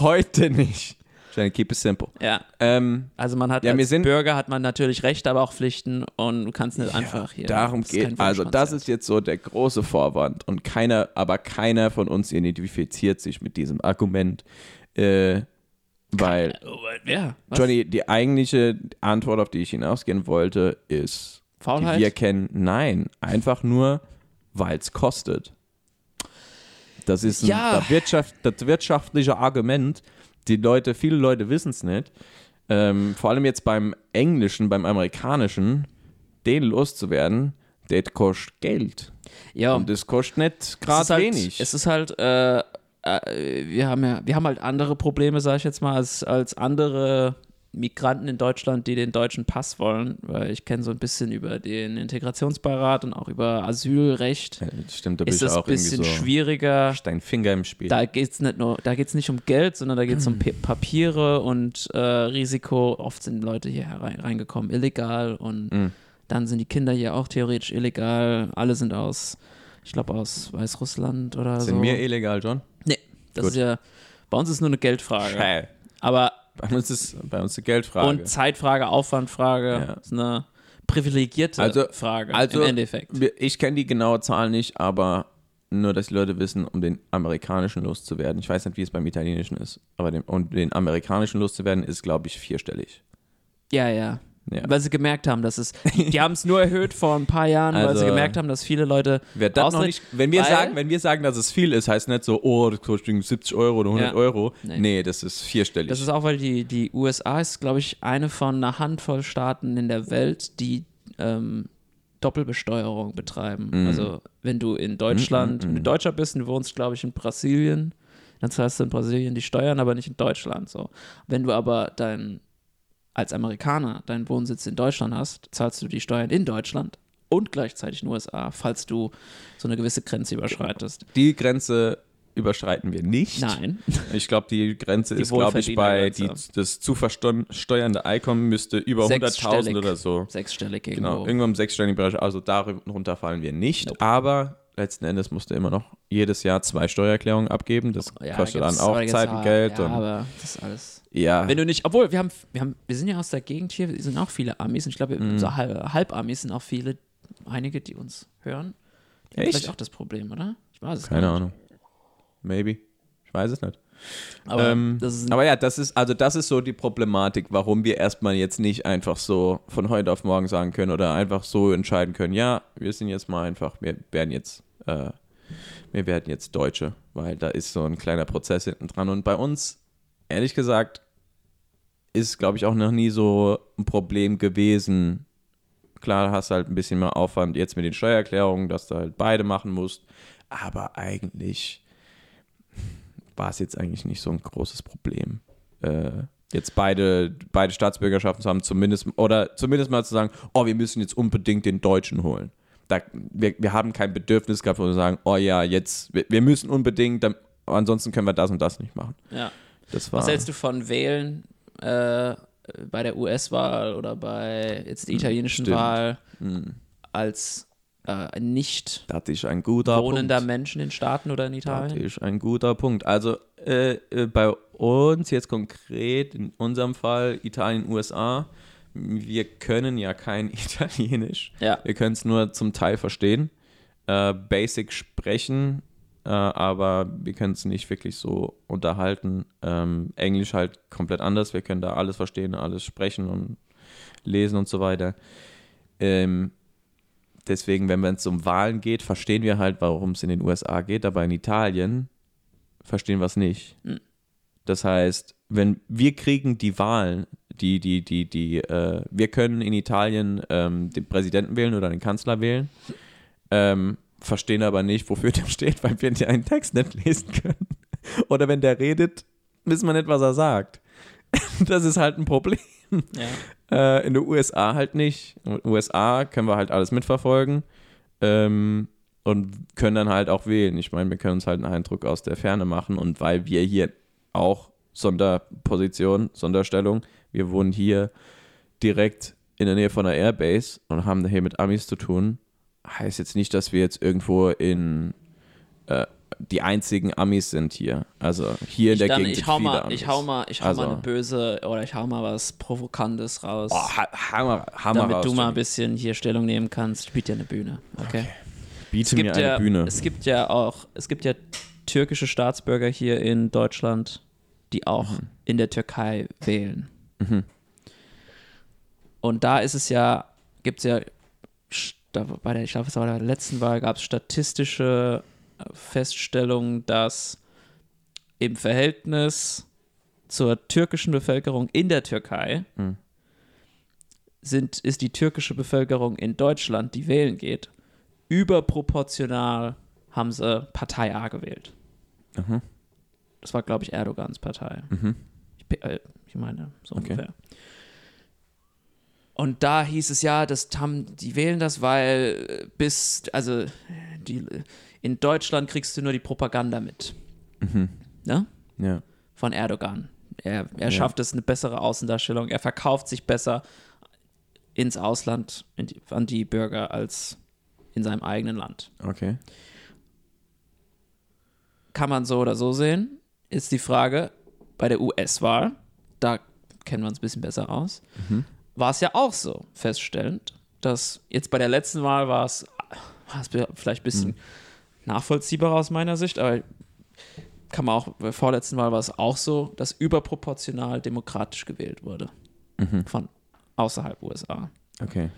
S2: heute nicht. Jenny, keep it simple.
S1: Ja,
S2: Ähm,
S1: also man hat
S2: Ja, wir
S1: als
S2: sind-
S1: Bürger hat man natürlich Rechte, aber auch Pflichten und du kannst nicht einfach hier.
S2: darum
S1: das ist kein
S2: geht Also das
S1: Wunschkonzert.
S2: ist jetzt so der große Vorwand. Und keiner, aber keiner von uns identifiziert sich mit diesem Argument. Äh, weil,
S1: Ja, was?
S2: Johnny, die eigentliche Antwort, auf die ich hinausgehen wollte, ist, die
S1: Faulheit?
S2: wir kennen, nein. Einfach nur, weil es kostet. Das ist ein,
S1: Ja.
S2: der Wirtschaft, das wirtschaftliche Argument. Die Leute, viele Leute wissen es nicht. Ähm, vor allem jetzt beim Englischen, beim Amerikanischen, den loszuwerden, das kostet Geld.
S1: ja,
S2: Und das kostet nicht
S1: Oh. es
S2: gerade
S1: ist halt,
S2: wenig.
S1: Es ist halt, äh, äh, wir haben ja, wir haben halt andere Probleme, sage ich jetzt mal, als, als andere Migranten in Deutschland, die den deutschen Pass wollen, weil ich kenne so ein bisschen über den Integrationsbeirat und auch über Asylrecht.
S2: Ja, das Stimmt, da bin
S1: Ist
S2: ich
S1: das ein
S2: auch irgendwie
S1: bisschen
S2: so.
S1: schwieriger.
S2: Dein Finger im Spiel.
S1: Da geht es nicht nur, da geht's nicht um Geld, sondern da geht
S2: [CLEARS THROAT]
S1: es um P Papiere und äh, Risiko. Oft sind Leute hier herein, reingekommen, illegal und
S2: Mm.
S1: dann sind die Kinder hier auch theoretisch illegal. Alle sind aus, ich glaube, aus Weißrussland oder
S2: Sind
S1: so.
S2: wir illegal, John?
S1: nee, das
S2: Gut.
S1: ist ja, bei uns ist nur eine Geldfrage.
S2: Schei.
S1: Aber
S2: Bei uns ist bei uns die Geldfrage.
S1: und Zeitfrage, Aufwandfrage,
S2: Ja.
S1: ist eine privilegierte
S2: Also-
S1: Frage
S2: also-
S1: im Endeffekt.
S2: Wir- Ich kenne die genaue Zahl nicht, aber nur, dass die Leute wissen, um den amerikanischen loszuwerden. Ich weiß nicht, wie es beim italienischen ist, aber den, um den amerikanischen loszuwerden, ist, glaube ich, vierstellig.
S1: Ja, ja.
S2: Ja.
S1: Weil sie gemerkt haben, dass es.
S2: [LAUGHS]
S1: Die, die haben es nur erhöht vor ein paar Jahren, weil sie
S2: Also-
S1: gemerkt haben, dass viele Leute.
S2: Wer das noch
S1: Ausländ-
S2: nicht, wenn, wir
S1: weil-
S2: sagen, wenn wir sagen, dass es viel ist, heißt nicht so, oh, das kostet irgendwie 70 Euro oder 100
S1: Ja.
S2: Euro.
S1: Nee.
S2: Nee. das ist vierstellig.
S1: Das ist auch, weil die, die USA ist, glaube ich, eine von einer Handvoll Staaten in der Welt, die ähm, Doppelbesteuerung betreiben. Also wenn du in Deutschland, wenn du Deutscher bist und du wohnst, glaube ich, in Brasilien, dann zahlst du in Brasilien die Steuern, aber nicht in Deutschland. So. Wenn du aber dein, als Amerikaner deinen Wohnsitz in Deutschland hast, zahlst du die Steuern in Deutschland und gleichzeitig in den USA, falls du so eine gewisse Grenze überschreitest.
S2: die Grenze überschreiten wir nicht.
S1: Nein.
S2: Ich glaube, die Grenze
S1: Die
S2: ist, glaube ich, bei die,
S1: Wohlverdienergrenze.
S2: das zu versteuernde Icon müsste über 100.000
S1: Sechsstellig.
S2: oder so.
S1: Sechsstellig
S2: Genau,
S1: irgendwo.
S2: irgendwo im sechsstelligen Bereich. Also darunter fallen wir nicht. Aber letzten Endes musst du immer noch jedes Jahr zwei Steuererklärungen abgeben. Das
S1: Ja,
S2: kostet
S1: gibt's-
S2: dann auch
S1: aber gibt's-
S2: Zeit
S1: ah,
S2: und
S1: Ja,
S2: Geld. Ja, und,
S1: aber das ist alles.
S2: ja.
S1: Wenn du nicht, obwohl wir haben, wir haben, wir sind ja aus der Gegend hier, wir sind auch viele Amis und ich
S2: Mhm.
S1: glaube, unsere Hal- Halbamis sind auch viele, einige, die uns hören. Die haben
S2: Echt?
S1: Vielleicht auch das Problem, oder? Ich weiß es
S2: keine
S1: gar nicht.
S2: Ahnung. Maybe. Ich weiß es nicht.
S1: Aber
S2: ähm,
S1: das ist ein,
S2: aber ja, das ist, also das ist so die Problematik, warum wir erstmal jetzt nicht einfach so von heute auf morgen sagen können oder einfach so entscheiden können, ja, wir sind jetzt mal einfach, wir werden jetzt, äh, wir werden jetzt Deutsche, weil da ist so ein kleiner Prozess hinten dran. Und bei uns, ehrlich gesagt, ist, glaube ich, auch noch nie so ein Problem gewesen. Klar, hast halt ein bisschen mehr Aufwand jetzt mit den Steuererklärungen, dass du halt beide machen musst. Aber eigentlich war es jetzt eigentlich nicht so ein großes Problem. Äh, jetzt beide, beide Staatsbürgerschaften zu haben, zumindest, oder zumindest mal zu sagen, oh, wir müssen jetzt unbedingt den Deutschen holen. Da, wir, wir haben kein Bedürfnis gehabt, wo wir sagen, oh ja, jetzt, wir, wir müssen unbedingt, dann, ansonsten können wir das und das nicht machen.
S1: ja.
S2: Das war,
S1: Was hältst du von Wählen äh, bei der US-Wahl oder bei jetzt der italienischen
S2: Hm, stimmt. Hm.
S1: Wahl als äh, nicht
S2: das ist ein guter
S1: wohnender
S2: Punkt.
S1: Mensch in den Staaten oder in
S2: Das
S1: Italien?
S2: ist ein guter Punkt. Also äh, äh, bei uns jetzt konkret, in unserem Fall Italien, USA, wir können ja kein [LAUGHS] Italienisch.
S1: Ja.
S2: Wir können es nur zum Teil verstehen. Äh, basic sprechen äh, aber wir können es nicht wirklich so unterhalten. Ähm, Englisch halt komplett anders. Wir können da alles verstehen, alles sprechen und lesen und so weiter. Ähm, deswegen, wenn es um Wahlen geht, verstehen wir halt, warum es in den USA geht, aber in Italien verstehen wir es nicht.
S1: Mhm.
S2: Das heißt, wenn wir kriegen die Wahlen, die, die, die, die, äh, wir können in Italien ähm, den Präsidenten wählen oder den Kanzler wählen, ähm, verstehen aber nicht, wofür der steht, weil wir den Text nicht lesen können. [LAUGHS] Oder wenn der redet, wissen wir nicht, was er sagt. [LAUGHS] Das ist halt ein Problem.
S1: Ja.
S2: Äh, in den USA halt nicht. In den USA können wir halt alles mitverfolgen ähm, und können dann halt auch wählen. Ich meine, wir können uns halt einen Eindruck aus der Ferne machen und weil wir hier auch Sonderposition, Sonderstellung, wir wohnen hier direkt in der Nähe von einer Airbase und haben hier mit Amis zu tun, heißt jetzt nicht, dass wir jetzt irgendwo in äh, die einzigen Amis sind hier. Also hier in
S1: Ich,
S2: der
S1: dann,
S2: Gegend
S1: ich,
S2: sind
S1: hau
S2: viele
S1: mal,
S2: Amis.
S1: ich hau mal, ich hau
S2: Also.
S1: mal eine böse oder ich hau mal was Provokantes raus,
S2: Oh, ha- Hammer, Hammer
S1: damit
S2: raus,
S1: du mal ein
S2: Johnny.
S1: bisschen hier Stellung nehmen kannst. Ich biete dir eine Bühne, okay?
S2: Biete
S1: Es
S2: mir
S1: gibt
S2: eine
S1: ja,
S2: Bühne.
S1: es gibt ja auch, es gibt ja türkische Staatsbürger hier in Deutschland, die auch
S2: Mhm.
S1: in der Türkei wählen. Und da ist es ja, gibt es ja, st- da- bei der, ich glaube, es war bei der letzten Wahl, gab es statistische äh, Feststellungen, dass im Verhältnis zur türkischen Bevölkerung in der Türkei
S2: Mhm.
S1: sind, ist die türkische Bevölkerung in Deutschland, die wählen geht, überproportional haben sie Partei A gewählt.
S2: Aha.
S1: Das war, glaube ich, Erdogans Partei.
S2: Mhm.
S1: Ich, bin- äh, ich meine, so
S2: Okay.
S1: ungefähr. Und da hieß es ja, das haben, die wählen das, weil äh, bis, also die, in Deutschland kriegst du nur die Propaganda mit.
S2: Mhm.
S1: Ne?
S2: Ja.
S1: Von Erdogan. Er, er
S2: Ja.
S1: schafft es, eine bessere Außendarstellung. Er verkauft sich besser ins Ausland in die, an die Bürger als in seinem eigenen Land.
S2: Okay.
S1: kann man so oder so sehen. Ist die Frage, bei der US-Wahl, da kennen wir uns ein bisschen besser aus, war es ja auch so feststellend, dass jetzt bei der letzten Wahl war es, war es vielleicht ein bisschen nachvollziehbarer aus meiner Sicht, aber kann man auch, bei der vorletzten Wahl war es auch so, dass überproportional demokratisch gewählt wurde von außerhalb USA.
S2: Okay.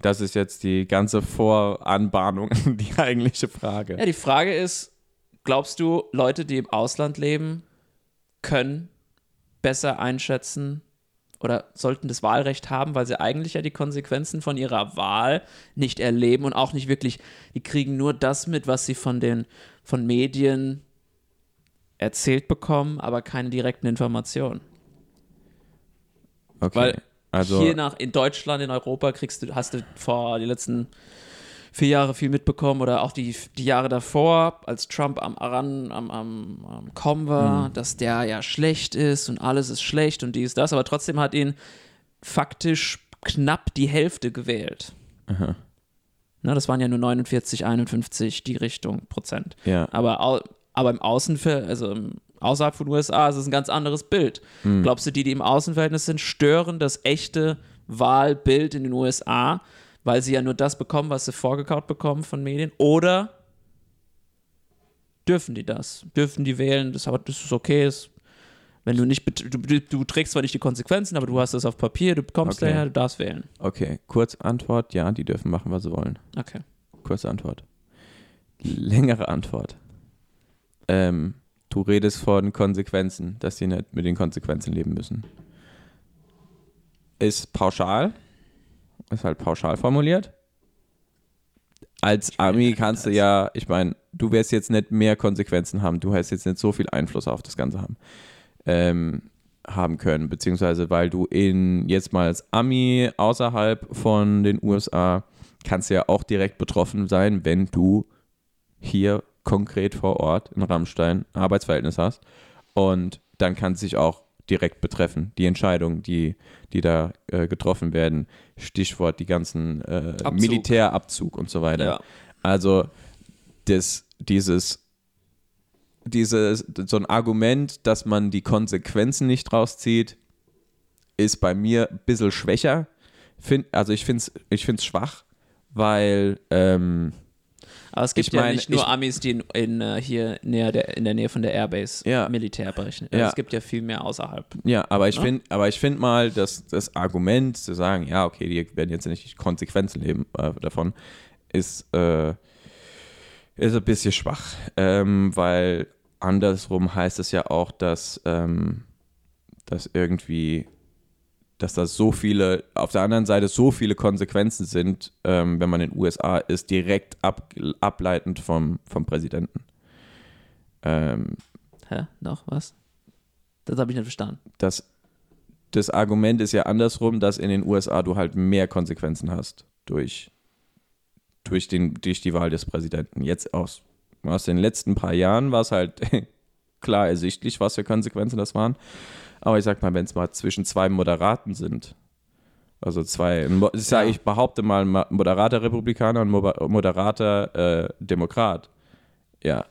S2: Das ist jetzt die ganze Voranbahnung, [LAUGHS] die eigentliche Frage.
S1: Ja, die Frage ist, glaubst du, Leute, die im Ausland leben, können besser einschätzen oder sollten das Wahlrecht haben, weil sie eigentlich ja die Konsequenzen von ihrer Wahl nicht erleben und auch nicht wirklich, die kriegen nur das mit, was sie von den von Medien erzählt bekommen, aber keine direkten Informationen.
S2: Okay.
S1: weil
S2: also,
S1: Hier nach in Deutschland, in Europa kriegst du, hast du vor die letzten vier Jahre viel mitbekommen oder auch die, die Jahre davor, als Trump am Ran, am, am, am Kommen war,
S2: Mhm.
S1: dass der ja schlecht ist und alles ist schlecht und dies, das, aber trotzdem hat ihn faktisch knapp die Hälfte gewählt.
S2: Aha.
S1: Ne, das waren ja nur 49, 51 die Richtung Prozent.
S2: ja,
S1: Aber, au- aber im Außenver also im, außerhalb von USA ist es ein ganz anderes Bild. Glaubst du, die, die im Außenverhältnis sind, stören das echte Wahlbild in den USA, weil sie ja nur das bekommen, was sie vorgekaut bekommen von Medien? Oder dürfen die das? Dürfen die wählen? Das, aber das ist okay. Das, wenn du nicht, bet- du, du, du trägst zwar nicht die Konsequenzen, aber du hast das auf Papier, du kommst
S2: Okay.
S1: daher, du darfst wählen.
S2: okay. Kurzantwort, ja, die dürfen machen, was sie wollen.
S1: Okay.
S2: Kurze Antwort. Längere Antwort. Ähm, du redest von Konsequenzen, dass die nicht mit den Konsequenzen leben müssen. Ist pauschal. Ist halt pauschal formuliert. Als Ami kannst du ja, ich meine, du wirst jetzt nicht mehr Konsequenzen haben. Du hast jetzt nicht so viel Einfluss auf das Ganze haben. Ähm, haben können, beziehungsweise weil du in jetzt mal als Ami außerhalb von den USA kannst ja auch direkt betroffen sein, wenn du hier konkret vor Ort in Rammstein ein Arbeitsverhältnis hast. Und dann kann es sich auch direkt betreffen, die Entscheidungen, die, die da äh, getroffen werden. Stichwort die ganzen äh,
S1: Abzug.
S2: Militärabzug und so weiter. Also das, dieses, dieses, so ein Argument, dass man die Konsequenzen nicht rauszieht, ist bei mir ein bisschen schwächer. Find, also ich finde es ich find's schwach, weil ähm,
S1: Aber es gibt
S2: Ich
S1: ja
S2: meine,
S1: nicht nur
S2: ich-
S1: Amis, die in, in, äh, hier näher der, in der Nähe von der Airbase
S2: Ja.
S1: Militär brechen. Also
S2: Ja.
S1: Es gibt ja viel mehr außerhalb.
S2: Ja, aber ich
S1: Ne?
S2: finde, aber ich finde mal, dass das Argument zu sagen, ja, okay, die werden jetzt nicht die Konsequenzen leben äh, davon, ist, äh, ist ein bisschen schwach, ähm, weil andersrum heißt es ja auch, dass, ähm, dass irgendwie, dass da so viele, auf der anderen Seite so viele Konsequenzen sind, ähm, wenn man in den USA ist, direkt ab, ableitend vom, vom Präsidenten. Ähm,
S1: Hä? Noch was? Das habe ich nicht verstanden.
S2: das, das Argument ist ja andersrum, dass in den USA du halt mehr Konsequenzen hast durch, durch, den, durch die Wahl des Präsidenten. Jetzt aus, aus den letzten paar Jahren war es halt [LAUGHS] klar ersichtlich, was für Konsequenzen das waren. Aber ich sag mal, wenn es mal zwischen zwei Moderaten sind, also zwei, ein Mo- ich, sag,
S1: Ja.
S2: ich behaupte mal, ein ma- moderater Republikaner und mo- moderater äh, Demokrat, ja,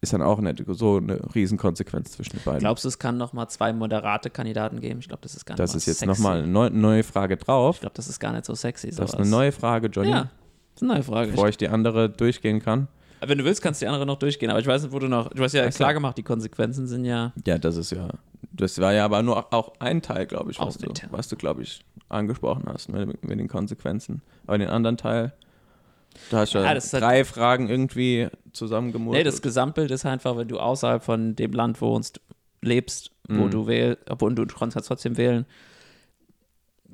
S2: ist dann auch nicht so eine Riesenkonsequenz zwischen den beiden.
S1: Glaubst du, es kann nochmal zwei moderate Kandidaten geben? Ich glaube, das ist gar nicht
S2: Das
S1: mal
S2: ist jetzt
S1: sexy.
S2: nochmal eine neu- neue Frage
S1: Ich
S2: drauf.
S1: glaube, das ist gar nicht so sexy.
S2: Das ist
S1: sowas.
S2: eine neue Frage, Johnny.
S1: Ja, das ist eine neue Frage.
S2: Bevor ich die andere durchgehen kann.
S1: Wenn du willst, kannst du die andere noch durchgehen. Aber ich weiß nicht, wo du noch. Du hast ja
S2: Ach so.
S1: klar gemacht, die Konsequenzen sind ja.
S2: Ja, das ist ja. Das war ja aber nur auch ein Teil, glaube ich,
S1: Auch
S2: was du,
S1: ein Teil.
S2: was du glaube ich, angesprochen hast ne, mit, mit den Konsequenzen. Aber den anderen Teil, da hast du
S1: Ja,
S2: ja,
S1: das hat-
S2: drei Fragen irgendwie zusammengemurrt.
S1: Nee, das Gesamtbild ist einfach, wenn du außerhalb von dem Land wohnst, lebst, wo
S2: Mhm.
S1: du wählst, obwohl du, du kannst ja trotzdem wählen,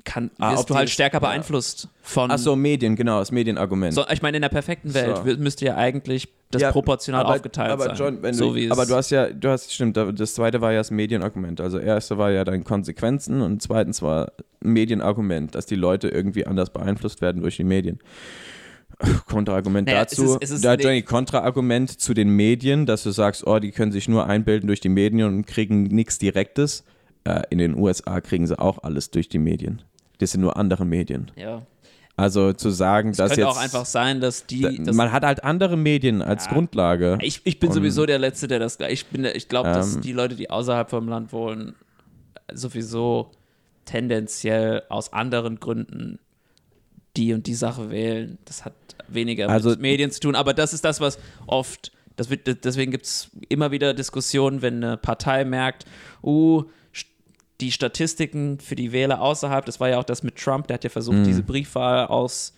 S1: kann,
S2: Ah,
S1: wirst
S2: ob
S1: du
S2: die
S1: halt
S2: das-
S1: stärker
S2: ja.
S1: beeinflusst von.
S2: Ach so, Medien, genau, das Medienargument.
S1: So, ich meine, in der perfekten Welt
S2: So.
S1: wür- müsste ja eigentlich das
S2: Ja,
S1: proportional
S2: aber,
S1: aufgeteilt
S2: aber
S1: sein.
S2: John, wenn
S1: so
S2: du,
S1: wie es-
S2: aber du hast ja, du hast, stimmt, da- das zweite war ja das Medienargument. Also erste war ja dann Konsequenzen und zweitens war ein Medienargument, dass die Leute irgendwie anders beeinflusst werden durch die Medien. [LAUGHS] Kontraargument
S1: Naja,
S2: dazu,
S1: es ist- es ist
S2: da,
S1: ne-
S2: Johnny, Kontraargument zu den Medien, dass du sagst, oh, die können sich nur einbilden durch die Medien und kriegen nichts Direktes. Äh, in den USA kriegen sie auch alles durch die Medien. Das sind nur andere Medien.
S1: ja.
S2: Also zu sagen, dass
S1: Könnte
S2: jetzt
S1: auch einfach sein, dass die.
S2: da-
S1: dass-
S2: man hat halt andere Medien als
S1: Ja.
S2: Grundlage.
S1: ich, ich bin
S2: Und-
S1: sowieso der Letzte, der das. Ich, bin der- ich glaube, dass
S2: Ähm.
S1: die Leute, die außerhalb vom Land wohnen, sowieso tendenziell aus anderen Gründen die und die Sache wählen. Das hat weniger
S2: Also-
S1: mit Medien zu tun. Aber das ist das, was oft. Das wird, deswegen gibt es immer wieder Diskussionen, wenn eine Partei merkt, uh, st- die Statistiken für die Wähler außerhalb, das war ja auch das mit Trump, der hat ja
S2: Hm.
S1: versucht, diese Briefwahl aus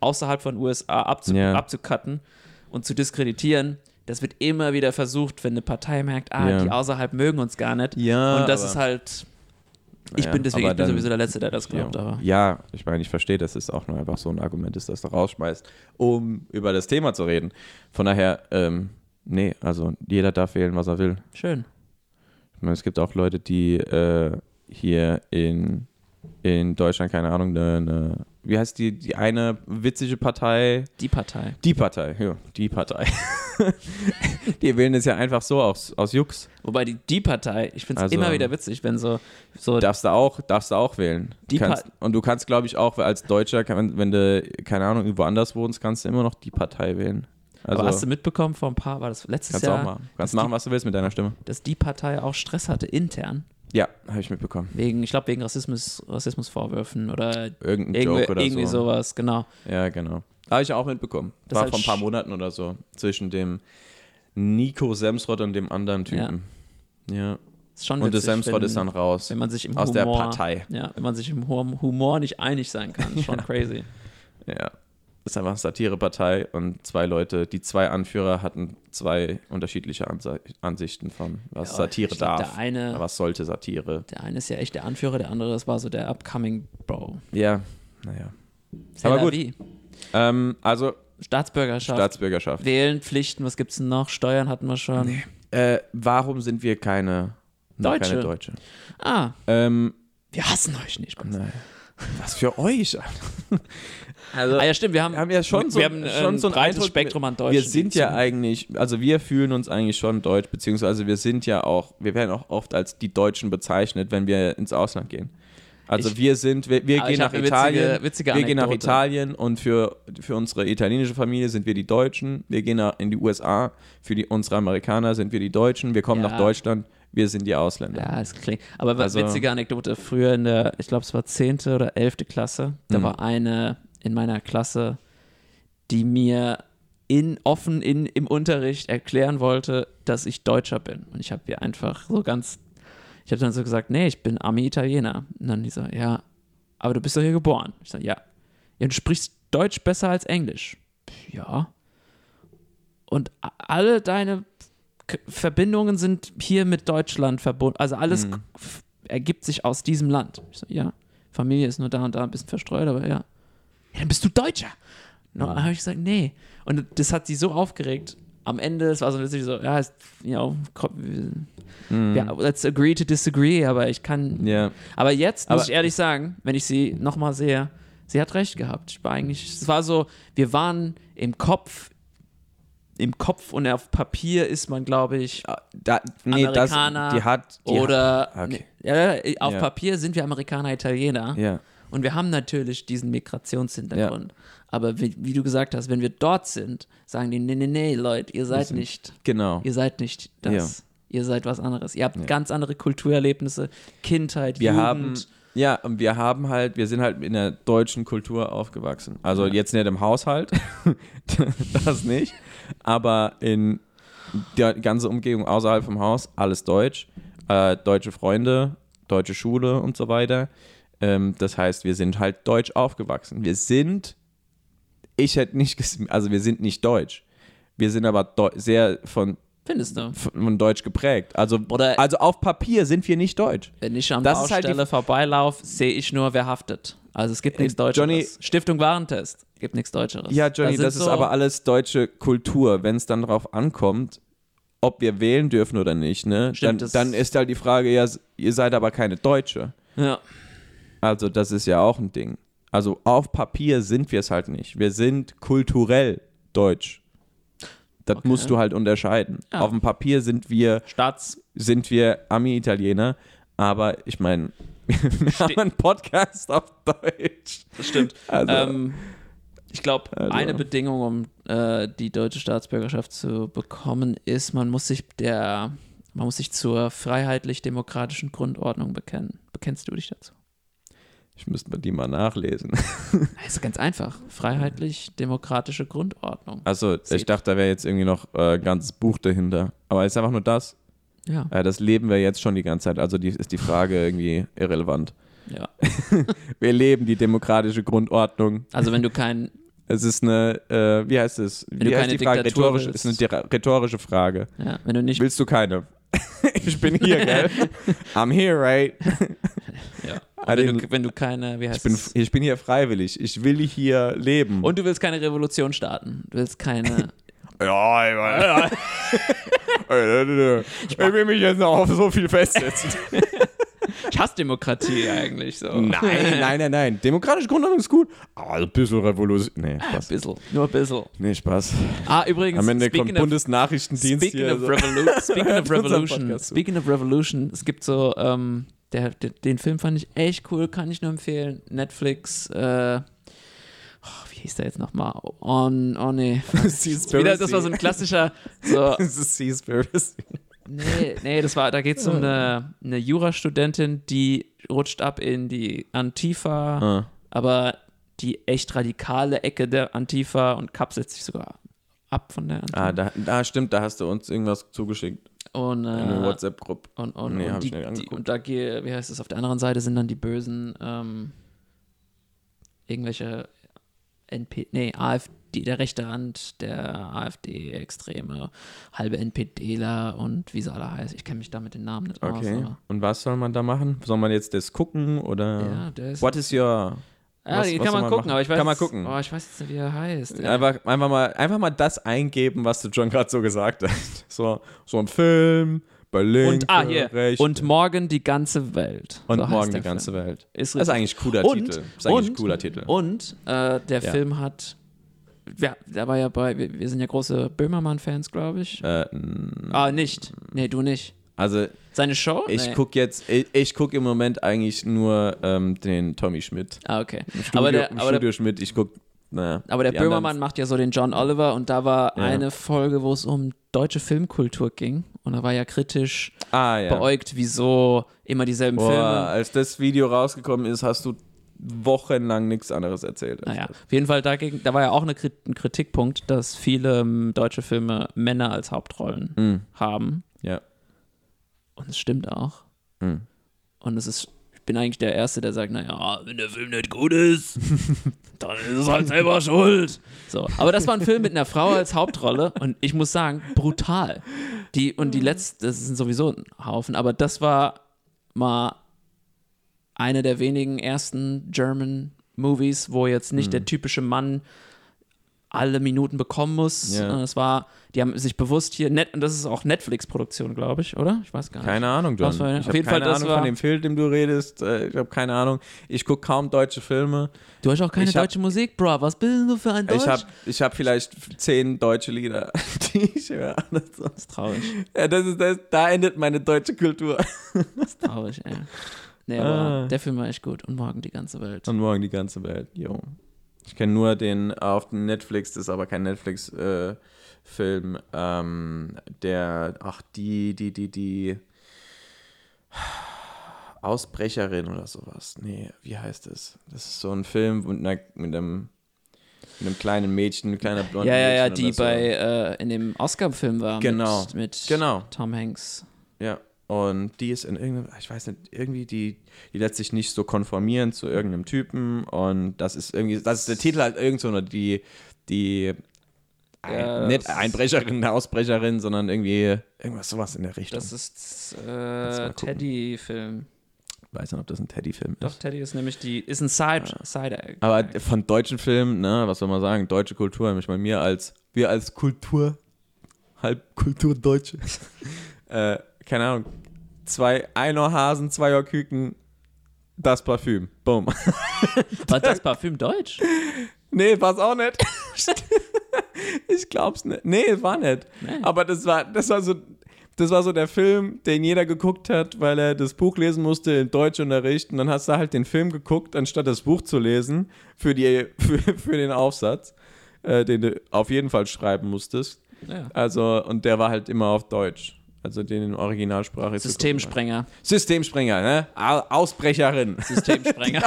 S1: außerhalb von USA abzu
S2: Ja.
S1: abzucutten und zu diskreditieren. Das wird immer wieder versucht, wenn eine Partei merkt, ah,
S2: Ja.
S1: die außerhalb mögen uns gar nicht.
S2: Ja,
S1: und das
S2: aber-
S1: ist halt, ich
S2: Ja,
S1: bin deswegen,
S2: aber
S1: ich bin
S2: dann-
S1: sowieso der Letzte, der das
S2: Ja,
S1: glaubt. Aber.
S2: ja ich meine, ich verstehe, dass es auch nur einfach so ein Argument ist, das du rausschmeißt, um über das Thema zu reden. Von daher, ähm, nee, also jeder darf wählen, was er will.
S1: Schön.
S2: Ich meine, es gibt auch Leute, die äh, hier in, in Deutschland, keine Ahnung, eine, eine, wie heißt die, die eine witzige Partei?
S1: Die Partei.
S2: Die Partei, ja, die Partei. [LAUGHS] die wählen es ja einfach so aus, aus Jux.
S1: Wobei die, die Partei, ich finde es
S2: Also-
S1: immer wieder witzig, wenn so, so
S2: Darfst du auch, darfst du auch wählen.
S1: Die
S2: kannst,
S1: Pa-
S2: und du kannst, glaube ich, auch als Deutscher, kann, wenn du, keine Ahnung, irgendwo anders wohnst, kannst du immer noch die Partei wählen. Also
S1: aber hast du mitbekommen vor ein paar, war das letztes
S2: kannst du auch
S1: Jahr,
S2: machen. Kannst
S1: die-
S2: machen, was du willst mit deiner Stimme.
S1: dass die Partei auch Stress hatte intern,
S2: Ja, habe ich mitbekommen.
S1: wegen, ich glaube, wegen Rassismus, Rassismusvorwürfen oder
S2: Irgendein
S1: irgendwie,
S2: Joke oder
S1: irgendwie
S2: so.
S1: sowas, genau.
S2: Ja, genau. Habe ich auch mitbekommen.
S1: Das
S2: War
S1: halt
S2: vor ein paar
S1: sch-
S2: Monaten oder so. Zwischen dem Nico Semsrott und dem anderen Typen. Ja.
S1: Ist schon
S2: Und das
S1: witzig,
S2: Semsrott
S1: wenn-
S2: ist dann raus.
S1: wenn man sich im
S2: Aus der
S1: Humor,
S2: Partei.
S1: Ja, wenn man sich im Hum- Humor nicht einig sein kann,
S2: [LAUGHS]
S1: ist schon crazy.
S2: Ja. Ist einfach eine Satirepartei und zwei Leute, die zwei Anführer hatten zwei unterschiedliche Anse Ansichten von, was
S1: Ja,
S2: Satire
S1: ich glaub,
S2: darf,
S1: der eine-
S2: was sollte Satire.
S1: Der eine ist ja echt der Anführer, der andere das war so der upcoming Bro.
S2: Ja, naja.
S1: C'est
S2: Aber
S1: la
S2: gut.
S1: vie.
S2: Ähm, also
S1: Staatsbürgerschaft,
S2: Staatsbürgerschaft.
S1: wählen, Pflichten, was gibt's denn noch? Steuern hatten wir schon.
S2: Äh, warum sind wir keine noch
S1: Deutsche.
S2: Keine Deutsche?
S1: Ah,
S2: Ähm,
S1: wir hassen euch nicht.
S2: nein. Was für euch? [LAUGHS] also
S1: Ah ja, stimmt, wir haben,
S2: wir haben ja schon so,
S1: wir haben äh,
S2: schon
S1: ein
S2: so einen
S1: breites
S2: Eindruck,
S1: Spektrum an Deutschen.
S2: Wir sind ja eigentlich, also wir fühlen uns eigentlich schon deutsch, beziehungsweise wir sind ja auch, wir werden auch oft als die Deutschen bezeichnet, wenn wir ins Ausland gehen. Also
S1: Ich-
S2: wir sind, wir, wir
S1: Aber
S2: gehen
S1: ich
S2: nach
S1: hab eine
S2: Italien,
S1: witzige- witzige
S2: wir gehen nach
S1: Anekdote.
S2: Italien und für, für unsere italienische Familie sind wir die Deutschen, wir gehen nach, in die USA, für die, unsere Amerikaner sind wir die Deutschen, wir kommen
S1: Ja.
S2: nach Deutschland, wir sind die Ausländer.
S1: Ja, es klingt. Aber was
S2: Also-
S1: witzige Anekdote, früher in der, ich glaube, es war 10. oder 11. Klasse, da war eine in meiner Klasse, die mir in, offen in, im Unterricht erklären wollte, dass ich Deutscher bin. Und ich habe ihr einfach so ganz, ich habe dann so gesagt, nee, ich bin Army-Italiener. Und dann die so, ja, aber du bist doch hier geboren. Ich sage, ja. Ja, du sprichst Deutsch besser als Englisch. Ja. Und a- alle deine K- Verbindungen sind hier mit Deutschland verbunden. Also alles k- f- ergibt sich aus diesem Land. Ich so, ja. Familie ist nur da und da ein bisschen verstreut, aber ja. Ja, dann bist du Deutscher. No, habe ich gesagt, nee. Und das hat sie so aufgeregt. Am Ende, es war so letztlich so, ja, ist, ja, komm, ja, let's agree to disagree, aber ich kann,
S2: Ja.
S1: aber jetzt muss
S2: Aber-
S1: ich ehrlich sagen, wenn ich sie nochmal sehe, sie hat recht gehabt. Ich war eigentlich, es war so, wir waren im Kopf, im Kopf und auf Papier ist man, glaube ich,
S2: Ah, Da, nee, das,
S1: Amerikaner
S2: die hat. Die
S1: oder ne,
S2: okay.
S1: ja, auf
S2: Ja.
S1: Papier sind wir Amerikaner, Italiener.
S2: Hat, ja.
S1: Und wir haben natürlich diesen Migrationshintergrund. Aber wie, wie du gesagt hast, wenn wir dort sind, sagen die, nee, nee, nee, Leute, ihr seid
S2: sind-
S1: nicht
S2: Genau.
S1: Ihr seid nicht das. Ihr seid was anderes. Ihr habt ganz andere Kulturerlebnisse, Kindheit,
S2: wir
S1: Jugend.
S2: haben ja, und wir haben halt, wir sind halt in der deutschen Kultur aufgewachsen. Also jetzt nicht im Haushalt, [LAUGHS] das nicht, aber in der ganze Umgebung außerhalb vom Haus alles deutsch, äh, deutsche Freunde, deutsche Schule und so weiter. Ähm, das heißt, wir sind halt deutsch aufgewachsen. Wir sind, ich hätte nicht, ges- also wir sind nicht deutsch. Wir sind aber deu sehr von,
S1: Findest du?
S2: von deutsch geprägt. Also,
S1: Oder-
S2: also auf Papier sind wir nicht deutsch.
S1: Wenn ich an der
S2: Das ist halt die- Äh,
S1: Baustelle vorbeilaufe, sehe ich nur, wer haftet. Also es gibt nichts Deutscheres.
S2: Johnny-
S1: Stiftung Warentest gibt nichts Deutscheres.
S2: Ja, Johnny,
S1: sind
S2: das, ist
S1: so-
S2: aber alles deutsche Kultur. Wenn es dann drauf ankommt, ob wir wählen dürfen oder nicht, ne?
S1: Stimmt,
S2: dann,
S1: das-
S2: dann ist halt die Frage, ja, s- ihr seid aber keine Deutsche.
S1: Ja.
S2: Also, das ist ja auch ein Ding. Also, auf Papier sind wir es halt nicht. Wir sind kulturell deutsch. Das
S1: Okay. Ah.
S2: musst du halt unterscheiden.
S1: Ja.
S2: Auf dem Papier sind wir,
S1: Staats.
S2: sind wir Ami-Italiener, aber ich meine, [LAUGHS] wir haben einen Podcast auf Deutsch.
S1: Das stimmt.
S2: [LAUGHS] Also,
S1: Ähm, ich glaube,
S2: Also.
S1: eine Bedingung, um äh, die deutsche Staatsbürgerschaft zu bekommen, ist, man muss sich der, man muss sich zur freiheitlich-demokratischen Grundordnung bekennen. Bekennst du dich dazu?
S2: ich müsste mal die mal nachlesen.
S1: Das ist ganz einfach. Freiheitlich-demokratische Grundordnung.
S2: Also, ich
S1: Sieht.
S2: dachte, da wäre jetzt irgendwie noch äh, ein ganzes Buch dahinter. Aber es ist einfach nur das.
S1: Ja.
S2: Äh, das leben wir jetzt schon die ganze Zeit. Also die, ist die Frage irgendwie irrelevant.
S1: ja.
S2: Wir leben die demokratische Grundordnung.
S1: Also wenn du kein,
S2: Es ist eine, äh, wie heißt es? Wie
S1: du
S2: heißt
S1: keine
S2: die Frage?
S1: Diktatur
S2: Rhetorisch,
S1: willst.
S2: ist eine dira- rhetorische Frage.
S1: ja, wenn du nicht
S2: Willst du keine? [LAUGHS] ich bin hier,
S1: [LAUGHS]
S2: gell? I'm here, right? [LAUGHS]
S1: Ja. Und
S2: Also
S1: wenn,
S2: den-
S1: du, wenn du keine, wie heißt
S2: Ich bin,
S1: es?
S2: ich bin hier freiwillig. Ich will hier leben.
S1: Und du willst keine Revolution starten. Du willst
S2: [LAUGHS]
S1: keine.
S2: Ja, ich mein-
S1: [LAUGHS]
S2: Ey, nö, nö, nö. Ich will mich jetzt noch auf so viel festsetzen.
S1: ich hasse Demokratie eigentlich so. [LAUGHS]
S2: Nein, nein, nein, nein. Demokratische Grundordnung ist gut. Aber ein bisschen Revolution. Nee,
S1: Ein
S2: Spaß.
S1: bisschen. Nur ein bisschen.
S2: Nee, Spaß.
S1: Ah, übrigens,
S2: Am Ende
S1: speaking
S2: kommt
S1: Ah, of,
S2: Bundesnachrichtendienst
S1: speaking
S2: hier. also-
S1: of,
S2: so.
S1: Revolu speaking of
S2: [LAUGHS] Hört unseren
S1: Revolution.
S2: Podcast zu.
S1: Speaking of Revolution, es gibt so, ähm, der, der, den Film fand ich echt cool, kann ich nur empfehlen. Netflix, äh, oh, wie hieß der jetzt nochmal? On, oh
S2: [LAUGHS]
S1: nee. Wieder, das war so ein klassischer, so,
S2: Das ist Seaspiracy.
S1: Nee, nee, das war, da geht es um eine, eine Jurastudentin, die rutscht ab in die Antifa,
S2: Ah.
S1: aber die echt radikale Ecke der Antifa und kapselt sich sogar ab von der Antifa.
S2: Ah, da, da stimmt, da hast du uns irgendwas zugeschickt.
S1: und,
S2: In eine
S1: äh,
S2: WhatsApp-Gruppe.
S1: und, und,
S2: Nee, hab
S1: und,
S2: ich
S1: die,
S2: nicht
S1: die,
S2: angeguckt.
S1: und da gehe, wie heißt es, auf der anderen Seite sind dann die bösen ähm, irgendwelche NP, nee, AfD, der rechte Hand der AfD-Extreme, halbe NPDler und wie sie alle heißen. Ich kenne mich da mit den Namen nicht aus.
S2: Okay.
S1: Aber.
S2: Und was soll man da machen? Soll man jetzt das gucken oder?
S1: Ja, der ist.
S2: What is your.
S1: ja,
S2: was-
S1: die
S2: was
S1: kann man
S2: soll man
S1: gucken,
S2: machen?
S1: aber ich weiß.
S2: Kann man
S1: jetzt-
S2: gucken.
S1: Oh, ich weiß jetzt nicht, wie er heißt.
S2: Einfach, einfach, mal, einfach mal das eingeben, was du John gerade so gesagt hast. [LAUGHS] So, so ein Film, Berlin.
S1: und ah, hier.
S2: Rechts,
S1: Und morgen die ganze Welt.
S2: Und
S1: So heißt
S2: morgen die
S1: der
S2: ganze
S1: Film.
S2: Welt.
S1: Ist
S2: Das ist
S1: richtig.
S2: eigentlich ein cooler
S1: und,
S2: Titel. Das ist eigentlich
S1: und,
S2: ein cooler Titel.
S1: Also, Und äh, der
S2: Ja.
S1: Film hat. Ja, der war ja bei. Wir, wir sind ja große Böhmermann-Fans, glaube ich.
S2: Äh, n-
S1: Ah, nicht. Nee, du nicht.
S2: also
S1: Seine Show?
S2: ich
S1: nee.
S2: gucke jetzt, ich, ich gucke im Moment eigentlich nur ähm, den Tommy Schmidt.
S1: Ah, okay.
S2: Studio,
S1: aber der,
S2: im
S1: aber der
S2: Studio Schmidt, ich gucke, naja.
S1: Aber der
S2: die
S1: Böhmermann
S2: anderen-
S1: macht ja so den John Oliver und da war
S2: Ja.
S1: eine Folge, wo es um deutsche Filmkultur ging und da war ja kritisch
S2: Ah ja.
S1: beäugt, wieso immer dieselben
S2: Boah,
S1: Filme.
S2: als das Video rausgekommen ist, hast du wochenlang nichts anderes erzählt.
S1: Naja, auf jeden Fall dagegen, da war ja auch eine Krit ein Kritikpunkt, dass viele ähm, deutsche Filme Männer als Hauptrollen haben.
S2: Ja.
S1: Und es stimmt auch.
S2: Mhm.
S1: Und es ist, ich bin eigentlich der Erste, der sagt, naja, wenn der Film nicht gut ist, dann ist es halt selber schuld. So. Aber das war ein Film mit einer Frau als Hauptrolle und ich muss sagen, brutal. Die, und die letzten, das sind sowieso ein Haufen, aber das war mal eine der wenigen ersten German Movies, wo jetzt nicht der typische Mann alle Minuten bekommen muss.
S2: Ja.
S1: Äh, Es war, die haben sich bewusst hier, net, und das ist auch Netflix-Produktion, glaube ich, oder? Ich weiß gar nicht.
S2: Keine Ahnung, John.
S1: Was war denn-
S2: ich
S1: auf
S2: habe
S1: jeden
S2: keine
S1: Fall, das
S2: Ahnung
S1: war-
S2: von dem Film, dem du redest. Äh, Ich habe keine Ahnung. Ich gucke kaum deutsche Filme.
S1: Du hast auch keine
S2: Ich hab-
S1: deutsche Musik, Bro. Was bist denn du für ein Deutsch?
S2: Ich habe ich hab vielleicht zehn deutsche Lieder, [LAUGHS] die ich höre. [LAUGHS] Das ist-
S1: das ist traurig.
S2: Ja, das ist, das, da endet meine deutsche Kultur.
S1: Das ist traurig, ey. Nee, aber
S2: Ah.
S1: der Film war echt gut. Und morgen die ganze Welt.
S2: Und morgen die ganze Welt. Jo. Ich kenne nur den auf Netflix, das ist aber kein Netflix-Film. ähm, der, ach, die, die, die, die Ausbrecherin oder sowas. Nee, wie heißt es? Das ist so ein Film mit, einer, mit einem mit einem kleinen Mädchen, mit kleiner blonden
S1: ja, ja, ja,
S2: Mädchen
S1: die
S2: oder so.
S1: bei äh, in dem Oscar-Film war.
S2: Genau.
S1: Mit, mit
S2: Genau.
S1: Tom Hanks.
S2: Ja. Und die ist in irgendeinem, ich weiß nicht, irgendwie, die, die lässt sich nicht so konformieren zu irgendeinem Typen. Und das ist irgendwie, das ist der Titel halt irgend so, eine, die, die, ein,
S1: Ja, das
S2: nicht
S1: ist-
S2: Einbrecherin, eine Ausbrecherin, sondern irgendwie irgendwas sowas in der Richtung.
S1: Das ist äh,
S2: mal gucken.
S1: Teddy-Film.
S2: ich weiß nicht, ob das ein Teddy-Film
S1: Doch,
S2: ist.
S1: Teddy ist nämlich die, ist ein Side, Side
S2: Aber von deutschen Filmen, ne, was soll man sagen, deutsche Kultur, ich meine, mir als, wir als Kultur, halb Kulturdeutsche, [LAUGHS] äh, keine Ahnung, zwei, ein Ohr Hasen, zwei Ohr Küken, das Parfüm, boom.
S1: War das Parfüm
S2: [LAUGHS]
S1: deutsch?
S2: Nee, war's auch nicht. ich glaub's nicht. Nee, war nicht.
S1: Nee.
S2: Aber das war, das war so. Das war so der Film, den jeder geguckt hat, weil er das Buch lesen musste im Deutschunterricht. Und dann hast du halt den Film geguckt, anstatt das Buch zu lesen für, die, [LAUGHS] für, für den Aufsatz, äh, den du auf jeden Fall schreiben musstest.
S1: Ja.
S2: Also, und der war halt immer auf Deutsch. Also den in Originalsprache. zu gucken.
S1: Systemsprenger.
S2: Systemsprenger, ne? Au- Ausbrecherin.
S1: Systemsprenger.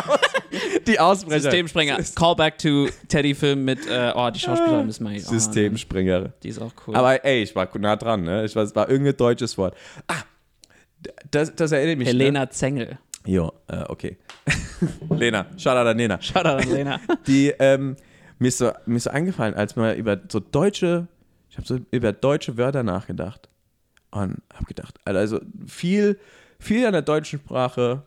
S2: Die Ausbrecherin.
S1: Systemsprenger. [LAUGHS] Callback to Teddy-Film mit, äh, oh, die Schauspielerin müssen wir hier. Oh,
S2: Systemsprenger.
S1: die ist auch cool.
S2: Aber ey, ich war nah dran, ne? Ich weiß, es war irgendein deutsches Wort. Ah, d- das, das erinnert mich. Ne?
S1: Helena Zengel.
S2: Jo, äh, okay. [LAUGHS] Lena, [LAUGHS] Shoutout an Lena.
S1: Schau da, Helena.
S2: Die, ähm, mir ist so, mir ist so eingefallen, als mal über so deutsche, ich habe so über deutsche Wörter nachgedacht und habe gedacht, also viel, viel an der deutschen Sprache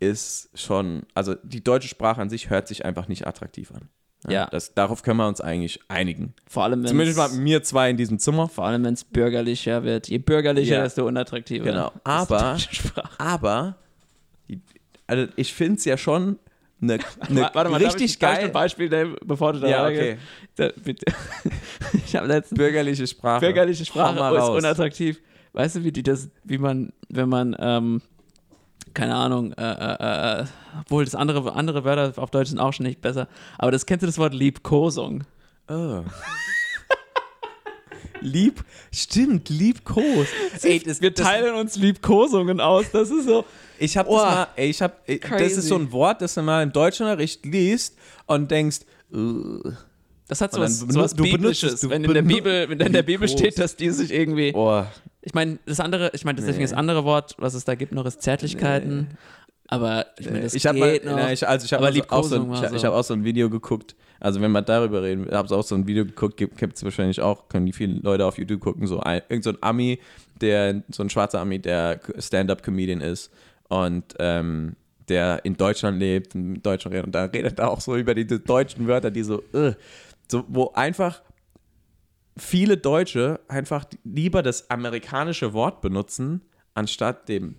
S2: ist schon, also die deutsche Sprache an sich hört sich einfach nicht attraktiv an. Ne?
S1: Ja.
S2: Das, darauf können wir uns eigentlich einigen.
S1: [LAUGHS] Vor allem,
S2: Zumindest mal
S1: wenn
S2: mir zwei in diesem Zimmer.
S1: vor allem es bürgerlicher wird. Je bürgerlicher,
S2: Ja.
S1: desto unattraktiver.
S2: Genau.
S1: ist die
S2: Aber-
S1: deutsche Sprache.
S2: Aber die- also ich finde es ja schon
S1: [LAUGHS]
S2: eine,
S1: Wa-
S2: eine
S1: Warte mal, darf ich,
S2: richtig
S1: darf ich
S2: geil
S1: ein Beispiel nehmen, bevor du da
S2: Ja,
S1: reingehst? Da,
S2: [LAUGHS]
S1: bitte. Ich habe letztens
S2: bürgerliche Sprache.
S1: bürgerliche
S2: Hau
S1: Sprache [LAUGHS]
S2: mal
S1: ist
S2: raus.
S1: unattraktiv. Weißt du, wie die das, wie man, wenn man, ähm, keine Ahnung, äh, äh, äh, obwohl das andere, andere Wörter auf Deutsch sind auch schon nicht besser, aber das kennst du das Wort Liebkosung.
S2: Oh. Lieb, stimmt, liebkos. Ey, das,
S1: Wir
S2: das-
S1: teilen uns Liebkosungen aus, das ist so.
S2: Ich habe das mal, ey, ich hab, ey, das
S1: Crazy.
S2: ist so ein Wort, das du mal im Deutschunterricht liest und denkst, uh,
S1: Das hat so
S2: Und dann
S1: was, so
S2: benut-
S1: was
S2: du benutzt
S1: Biblisches.
S2: es, du
S1: wenn, in der
S2: benut-
S1: Bibel, wenn in der Bibel
S2: Liebkos.
S1: steht, dass die sich irgendwie.
S2: boah,
S1: Ich meine, das andere, ich meine, deswegen
S2: Nee.
S1: das andere Wort, was es da gibt, noch ist Zärtlichkeiten. Aber ich meine, das
S2: ich habe mal,
S1: geht noch.
S2: na, ich, also ich habe
S1: Aber
S2: also auch, so
S1: Liebkosung
S2: ein,
S1: war
S2: ich,
S1: so.
S2: ich hab auch so ein Video geguckt. Also wenn man darüber reden, habe auch so ein Video geguckt. Gibt es wahrscheinlich auch, können die vielen Leute auf YouTube gucken. So ein, irgend so ein Ami, der so ein schwarzer Ami, der Stand-up-Comedian ist und ähm, der in Deutschland lebt, in Deutschland redet und da redet er auch so über diese deutschen Wörter, die so, äh, so wo einfach viele Deutsche einfach lieber das amerikanische Wort benutzen anstatt dem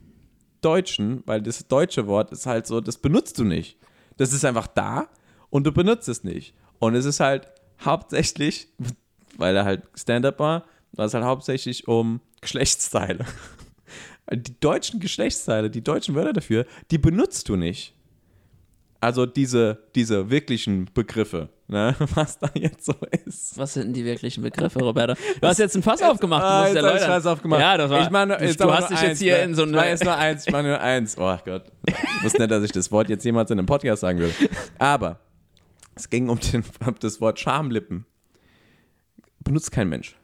S2: Deutschen, weil das deutsche Wort ist halt so, das benutzt du nicht. Das ist einfach da und du benutzt es nicht. Und es ist halt hauptsächlich, [LAUGHS] weil er halt Stand-up war, war es halt hauptsächlich um Geschlechtsteile. [LAUGHS] Die deutschen Geschlechtsteile, die deutschen Wörter dafür, die benutzt du nicht. Also diese, diese wirklichen Begriffe. ne, [LAUGHS] was da jetzt so ist.
S1: Was sind denn die wirklichen Begriffe, Roberta? Du hast jetzt ein Fass aufgemacht. Du musst
S2: jetzt hab ich
S1: erläutern.
S2: Scheiß aufgemacht.
S1: Ja, das war.
S2: ich meine,
S1: du du hast dich jetzt hier in so
S2: ne?
S1: eine.
S2: Ich meine, nur eins, ich meine nur eins. Oh Gott. Ich wusste nicht, dass ich das Wort jetzt jemals in einem Podcast sagen würde. Aber es ging um, den, um das Wort Schamlippen. Benutzt kein Mensch.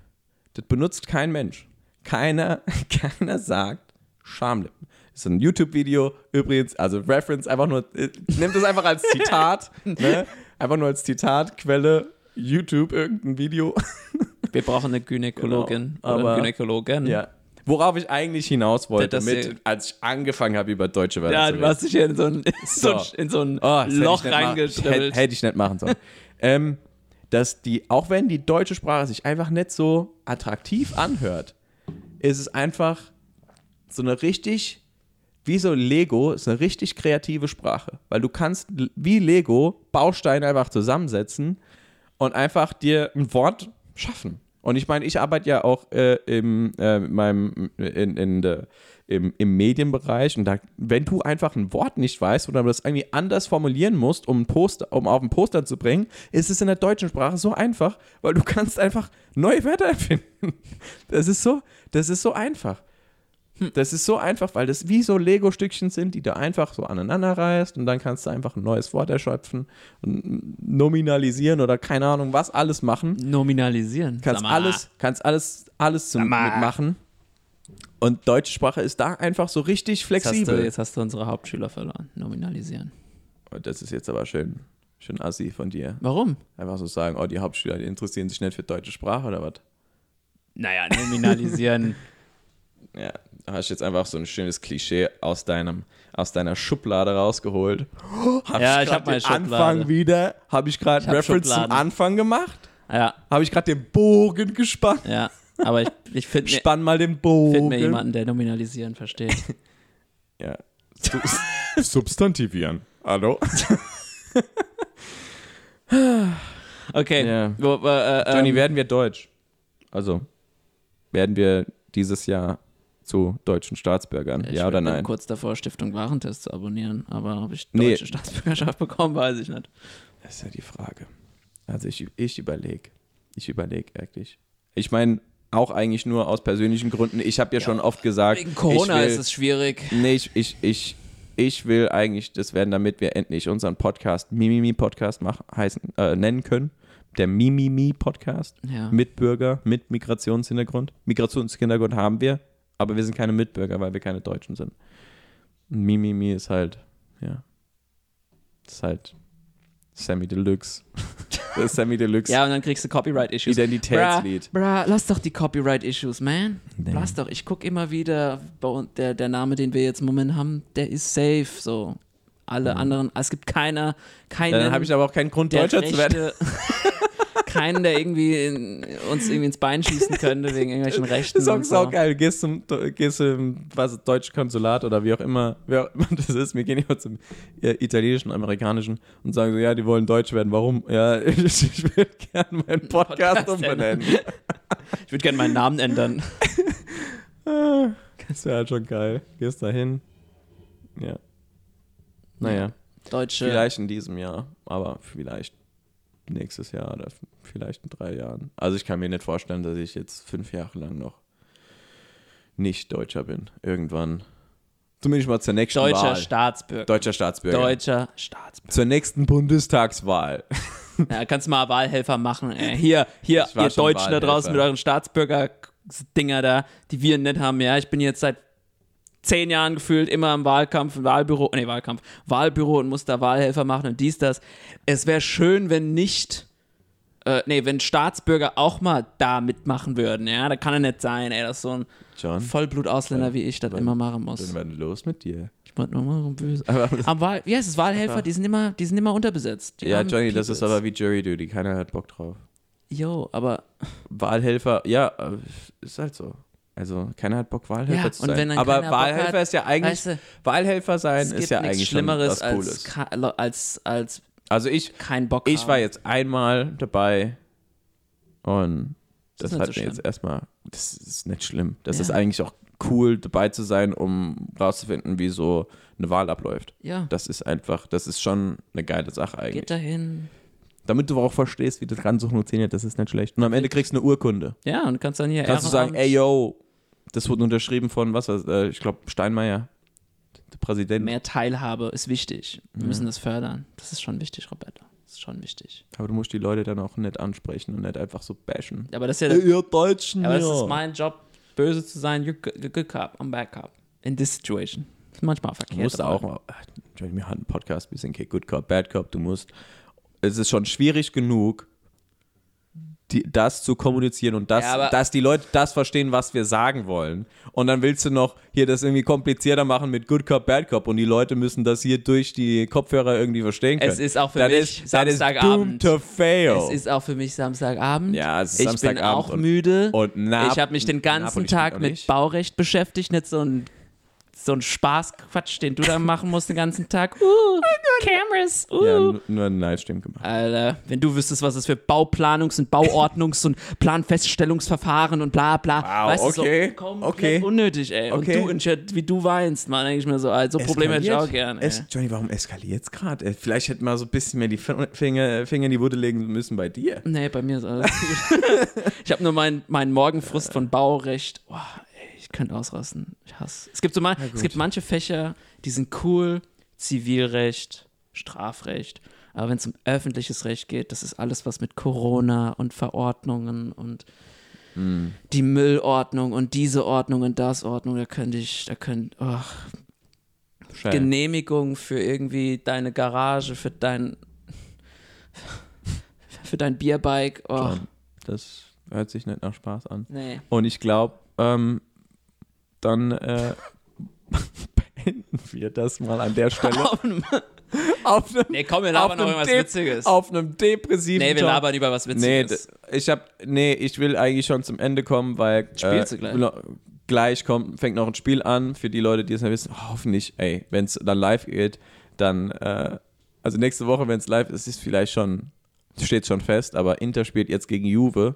S2: Das benutzt kein Mensch. Keiner, [LAUGHS] keiner sagt Schamlippen. Das ist ein YouTube-Video übrigens, also Reference, einfach nur, äh, nimmt es einfach als Zitat,
S1: [LAUGHS]
S2: ne? einfach nur als Zitat, Quelle, YouTube, irgendein Video.
S1: wir brauchen eine Gynäkologin.
S2: Genau,
S1: oder
S2: aber-
S1: einen Gynäkologen.
S2: Ja. Worauf ich eigentlich hinaus wollte,
S1: Das- das-
S2: mit, als ich angefangen habe, über deutsche Wörter
S1: Ja,
S2: zu
S1: du
S2: reden.
S1: hast dich hier in so
S2: [LAUGHS]
S1: ein, in so ein, in so ein
S2: Also Oh, das hätte
S1: Loch
S2: ich nicht ma-
S1: reingeschribbelt.
S2: Hätte, hätte ich nicht
S1: [LAUGHS]
S2: machen sollen. ähm, dass die, auch wenn die deutsche Sprache sich einfach nicht so attraktiv anhört, ist es einfach so eine richtig, wie so Lego, ist eine richtig kreative Sprache. Weil du kannst l- wie Lego Bausteine einfach zusammensetzen und einfach dir ein Wort schaffen. Und ich meine, ich arbeite ja auch äh, im, äh, mit meinem, in, in der, im, im Medienbereich und da, wenn du einfach ein Wort nicht weißt oder das irgendwie anders formulieren musst, um, ein Poster, um auf ein Poster zu bringen, ist es in der deutschen Sprache so einfach, weil du kannst einfach neue Wörter erfinden. Das ist so, das ist so einfach. Das ist so einfach, weil das wie so Lego-Stückchen sind, die du einfach so aneinander reißt und dann kannst du einfach ein neues Wort erschöpfen und nominalisieren oder keine Ahnung was alles machen
S1: Nominalisieren.
S2: kannst
S1: Sag mal.
S2: alles, kannst alles, alles zum
S1: Sag mal.
S2: mitmachen. Und deutsche Sprache ist da einfach so richtig
S1: Jetzt hast, du,
S2: flexibel.
S1: jetzt hast du unsere Hauptschüler verloren. Nominalisieren.
S2: Oh, das ist jetzt aber schön, schön assi von dir.
S1: Warum?
S2: Einfach so sagen, oh, die Hauptschüler, die interessieren sich nicht für deutsche Sprache oder was?
S1: Naja, nominalisieren.
S2: Ja, da hast du jetzt einfach so ein schönes Klischee aus deinem, aus deiner Schublade rausgeholt. Oh, hab
S1: Ja, ich
S2: grad
S1: hab meine
S2: den
S1: Schublade.
S2: Anfang wieder, habe ich gerade
S1: hab
S2: Reference
S1: Schubladen.
S2: zum Anfang gemacht?
S1: [LAUGHS] ja,
S2: Habe ich gerade den Bogen gespannt?
S1: ja. Aber ich, ich finde mir,
S2: Spann mal den Bogen.
S1: find mir jemanden, der nominalisieren versteht.
S2: [LAUGHS] Ja. [LAUGHS] Substantivieren. Hallo?
S1: Okay.
S2: Ja.
S1: Wo, wo, äh, ähm,
S2: Johnny, werden wir deutsch? Also, werden wir dieses Jahr zu deutschen Staatsbürgern?
S1: ich
S2: ja oder
S1: bin
S2: nein?
S1: kurz davor, Stiftung Warentest zu abonnieren, aber ob ich deutsche
S2: Nee.
S1: Staatsbürgerschaft [LAUGHS] bekomme, weiß ich nicht.
S2: Das ist ja die Frage. Also, ich, ich überlege. Ich überlege wirklich. Ich meine, auch eigentlich nur aus persönlichen Gründen. Ich habe ja, schon oft gesagt,
S1: Wegen Corona
S2: ich will,
S1: ist es schwierig.
S2: Nee, ich, ich, ich, ich will eigentlich das werden, damit wir endlich unseren Podcast, Mimimi-Podcast mach- heißen, äh, nennen können. Der Mimimi-Podcast.
S1: Ja.
S2: Mitbürger mit Migrationshintergrund. Migrationshintergrund haben wir, aber wir sind keine Mitbürger, weil wir keine Deutschen sind. Und Mimimi ist halt, ja. Ist halt Sammy Deluxe. [LAUGHS] das ist Sammy Deluxe
S1: ja, und dann kriegst du Copyright-Issues.
S2: Identitätslied.
S1: Bruh, lass doch die Copyright-Issues, man. Lass doch. Ich gucke immer wieder, bei uns- der, der Name, den wir jetzt im Moment haben, der ist safe. So, alle anderen, es gibt keiner, keinen,
S2: Dann habe ich aber auch keinen Grund,
S1: der
S2: Deutscher zu werden.
S1: Rechte,
S2: [LAUGHS]
S1: keinen, der irgendwie in, uns irgendwie ins Bein schießen könnte wegen irgendwelchen Rechten.
S2: [LAUGHS] Das ist auch
S1: und so.
S2: saugeil. Gehst zum, gehst zum was, ist, deutschen Konsulat oder wie auch immer, wer auch immer [LAUGHS] das ist. Wir gehen immer zum äh, italienischen, amerikanischen und sagen so, ja, die wollen deutsch werden. Warum? Ja, [LAUGHS] ich, ich will gerne meinen Podcast,
S1: Podcast
S2: umbenennen.
S1: Ich würde gerne meinen Namen ändern.
S2: Das wäre halt schon geil. Gehst da hin. Ja. Naja,
S1: Deutsche.
S2: vielleicht in diesem Jahr, aber vielleicht nächstes Jahr oder f- vielleicht in drei Jahren. Also ich kann mir nicht vorstellen, dass ich jetzt fünf Jahre lang noch nicht Deutscher bin. Irgendwann. Zumindest mal zur nächsten
S1: Deutscher
S2: Wahl.
S1: Staatsbürger.
S2: Deutscher Staatsbürger.
S1: Deutscher Staatsbürger.
S2: zur nächsten Bundestagswahl.
S1: Ja, kannst mal Wahlhelfer machen. Ey. [LAUGHS] Hier, hier,
S2: Ich war
S1: ihr
S2: schon
S1: Deutschen da draußen
S2: Wahlhelfer.
S1: mit euren Staatsbürger-Dinger da, die wir nicht haben. Ja, ich bin jetzt seit zehn Jahren gefühlt immer im Wahlkampf, im Wahlbüro, nee, Wahlkampf, Wahlbüro und muss da Wahlhelfer machen und dies, das. Es wäre schön, wenn nicht, äh, nee, wenn Staatsbürger auch mal da mitmachen würden. Ja, da kann er nicht sein, ey, dass so ein
S2: John,
S1: Vollblut-Ausländer wie ich das immer machen
S2: was
S1: muss.
S2: war denn los mit dir?
S1: Ich wollte nur mal so böse. Am Wahl, wie heißt es, Wahlhelfer, die sind immer, die sind immer unterbesetzt. Die
S2: Ja,
S1: armen
S2: Johnny, das ist
S1: Peoples.
S2: aber wie Jury Duty. Keiner hat Bock drauf.
S1: Jo, aber
S2: Wahlhelfer, ja, äh, ist halt so. Also keiner hat Bock, Wahlhelfer
S1: Ja,
S2: zu
S1: und
S2: sein.
S1: wenn dann
S2: Aber
S1: keiner Bock
S2: Wahlhelfer
S1: hat,
S2: ist ja eigentlich,
S1: weißt du,
S2: Wahlhelfer sein
S1: es gibt
S2: ist ja
S1: nichts
S2: eigentlich
S1: Schlimmeres
S2: schon was
S1: als,
S2: Cooles.
S1: ka- als, als
S2: Also ich,
S1: kein Bock
S2: ich
S1: haben.
S2: war jetzt einmal dabei und
S1: Das
S2: das,
S1: ist nicht
S2: hat
S1: so
S2: mir
S1: schlimm.
S2: jetzt erstmal, das ist nicht schlimm. Das
S1: Ja.
S2: ist eigentlich auch cool, dabei zu sein, um rauszufinden, wie so eine Wahl abläuft.
S1: Ja,
S2: Das ist einfach, das ist schon eine geile Sache eigentlich.
S1: geht dahin,
S2: Damit du auch verstehst, wie das Ganze funktioniert, das ist nicht schlecht. Und am Ende kriegst du eine Urkunde.
S1: Ja, und kannst dann hier
S2: Kannst du sagen, ey,
S1: Ehrenamt-
S2: yo, das wurde unterschrieben von, was weiß äh, ich glaube, Steinmeier, der Präsident.
S1: mehr Teilhabe ist wichtig.
S2: Mhm.
S1: Wir müssen das fördern. Das ist schon wichtig, Roberto. Das ist schon wichtig.
S2: Aber du musst die Leute dann auch nett ansprechen und nicht einfach so bashen.
S1: Aber das ist ja,
S2: Ey, ihr Deutschen,
S1: aber
S2: Äh, ja.
S1: das ist mein Job, böse zu sein. You're good, you're good cop, I'm bad cop. In this situation. Ist manchmal
S2: Du
S1: verkehrt.
S2: musst
S1: aber-
S2: auch, mal- Johnny, wir hatten einen Podcast, wir sind kein Good Cop, Bad Cop, du musst, es ist schon schwierig genug, die, das zu kommunizieren und das,
S1: Ja, aber-
S2: dass die Leute das verstehen, was wir sagen wollen. Und dann willst du noch hier das irgendwie komplizierter machen mit Good Cop, Bad Cop und die Leute müssen das hier durch die Kopfhörer irgendwie verstehen können.
S1: Es ist auch für
S2: That
S1: mich
S2: is- that is
S1: Samstagabend.
S2: doomed to fail.
S1: Es ist auch für mich Samstagabend.
S2: Ja, es ist
S1: ich bin
S2: Samstagabend
S1: auch
S2: und-
S1: müde.
S2: und Nap-
S1: ich habe mich den ganzen
S2: Napoli spielt auch
S1: Tag mit
S2: nicht.
S1: Baurecht beschäftigt, nicht so ein so ein Spaßquatsch, den du da machen musst den ganzen
S2: [LAUGHS]
S1: Tag.
S2: Oh
S1: Uh, Cameras. Uh.
S2: ja, nur- nur ein Nice-Stream gemacht.
S1: Alter, wenn du wüsstest, was es für Bauplanungs- und Bauordnungs- und Planfeststellungsverfahren und bla bla.
S2: Wow,
S1: weißt du,
S2: okay,
S1: so komplett
S2: okay.
S1: unnötig, ey.
S2: Okay.
S1: Und du, entscheid- wie du weinst, man, denke ich mir so, Alter, so Probleme hätte ich auch
S2: Eskaliert.
S1: gerne.
S2: Es, Johnny, warum eskaliert es gerade? Äh, Vielleicht hätten wir so ein bisschen mehr die Fin- Finger, Finger in die Wunde legen müssen bei dir.
S1: Nee, bei mir ist alles gut. [LAUGHS] ich habe nur meinen meinen Morgenfrust von Baurecht. Boah, ey, ich könnte ausrasten. Ich hasse. Es gibt so mal, es gibt manche Fächer, die sind cool, Zivilrecht, Strafrecht. Aber wenn es um öffentliches Recht geht, das ist alles, was mit Corona und Verordnungen und
S2: Hm,
S1: die Müllordnung und diese Ordnung und das Ordnung, da könnte ich, da könnte, ach,
S2: Scheiße.
S1: Genehmigung für irgendwie deine Garage, für dein [LAUGHS] für dein Bierbike. Oh,
S2: John, Das hört sich nicht nach Spaß an.
S1: nee.
S2: Und ich glaube, ähm, dann äh, [LAUGHS] beenden wir das mal an der Stelle.
S1: [LAUGHS] Auf einem-
S2: auf einem,
S1: nee, komm, wir
S2: auf
S1: labern noch
S2: einem
S1: irgendwas
S2: Dep-
S1: Witziges.
S2: auf einem depressiven
S1: nee, wir
S2: Ton.
S1: labern über was
S2: Nee,
S1: Witziges.
S2: d- ich hab, nee, ich will eigentlich schon zum Ende kommen, weil äh,
S1: Spielst du gleich?
S2: lo- gleich kommt, fängt noch ein Spiel an. Für die Leute, die es nicht wissen, hoffentlich, ey, wenn es dann live geht, dann, äh, also nächste Woche, wenn es live ist, ist vielleicht schon, steht schon fest, aber Inter spielt jetzt gegen Juve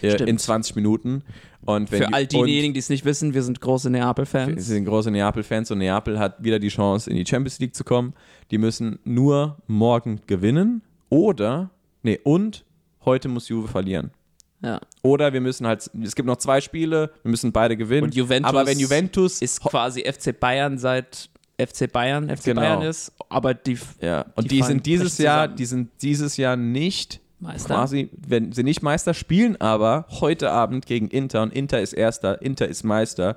S2: äh, in
S1: Stimmt.
S2: 20 Minuten. Und wenn
S1: Für all
S2: und-
S1: diejenigen, die es nicht wissen, wir sind große
S2: Sie
S1: Neapel-Fans.
S2: sind große Neapel-Fans und Neapel hat wieder die Chance, in die Champions League zu kommen. Die müssen nur morgen gewinnen oder, nee, und heute muss Juve verlieren.
S1: Ja.
S2: Oder wir müssen halt, es gibt noch zwei Spiele, wir müssen beide gewinnen.
S1: Und Juventus
S2: aber wenn Juventus
S1: Ist quasi FC Bayern seit FC Bayern, FC
S2: Genau.
S1: Bayern ist, aber die
S2: ja, und
S1: die
S2: die,
S1: fallen
S2: sind dieses
S1: richtig
S2: Jahr,
S1: zusammen.
S2: die sind dieses Jahr nicht
S1: Meister.
S2: quasi, wenn sie nicht Meister spielen, aber heute Abend gegen Inter und Inter ist Erster, Inter ist Meister.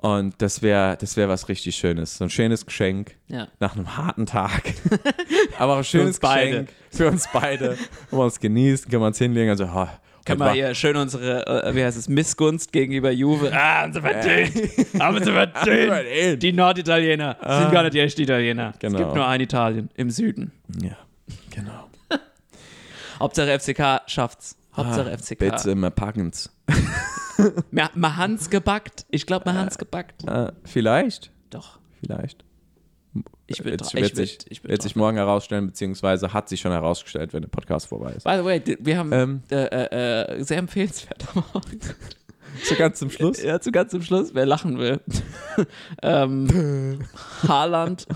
S2: Und das wäre das wär was richtig Schönes. So ein schönes Geschenk.
S1: Ja.
S2: nach einem
S1: [LAUGHS]
S2: harten Tag. [LAUGHS] Aber auch ein schönes
S1: uns beide.
S2: Geschenk für uns beide. Wenn man es genießt, kann man es hinlegen. Also, oh,
S1: Können wir hier schön unsere, äh, wie heißt es, Missgunst gegenüber Juve. Ah, haben sie
S2: Äh.
S1: verdient. haben sie verdient. Die Norditaliener sind gar nicht die echten Italiener.
S2: Ah. Genau.
S1: Es gibt nur ein Italien im Süden.
S2: Ja, genau.
S1: Hauptsache FCK schafft's. Hauptsache FCK.
S2: Ah, Bitte, wir packen's.
S1: Ma, ma Hans gebackt. Ich glaube, ma Hans gebackt.
S2: Äh, vielleicht,
S1: Doch.
S2: vielleicht.
S1: Ich bin
S2: Wird
S1: dran. Ich
S2: sich- Äh, wird
S1: bin,
S2: sich,
S1: ich bin
S2: wird
S1: dran.
S2: sich morgen herausstellen, beziehungsweise hat sich schon herausgestellt, wenn der Podcast vorbei ist.
S1: By the way, di- wir haben
S2: Ähm.
S1: äh, äh, äh, sehr empfehlenswert am Morgen.
S2: [LAUGHS] So ganz zum Schluss.
S1: Ja, zu ganz zum Schluss, wer lachen
S2: [LAUGHS]
S1: will. [LAUGHS] ähm, Haaland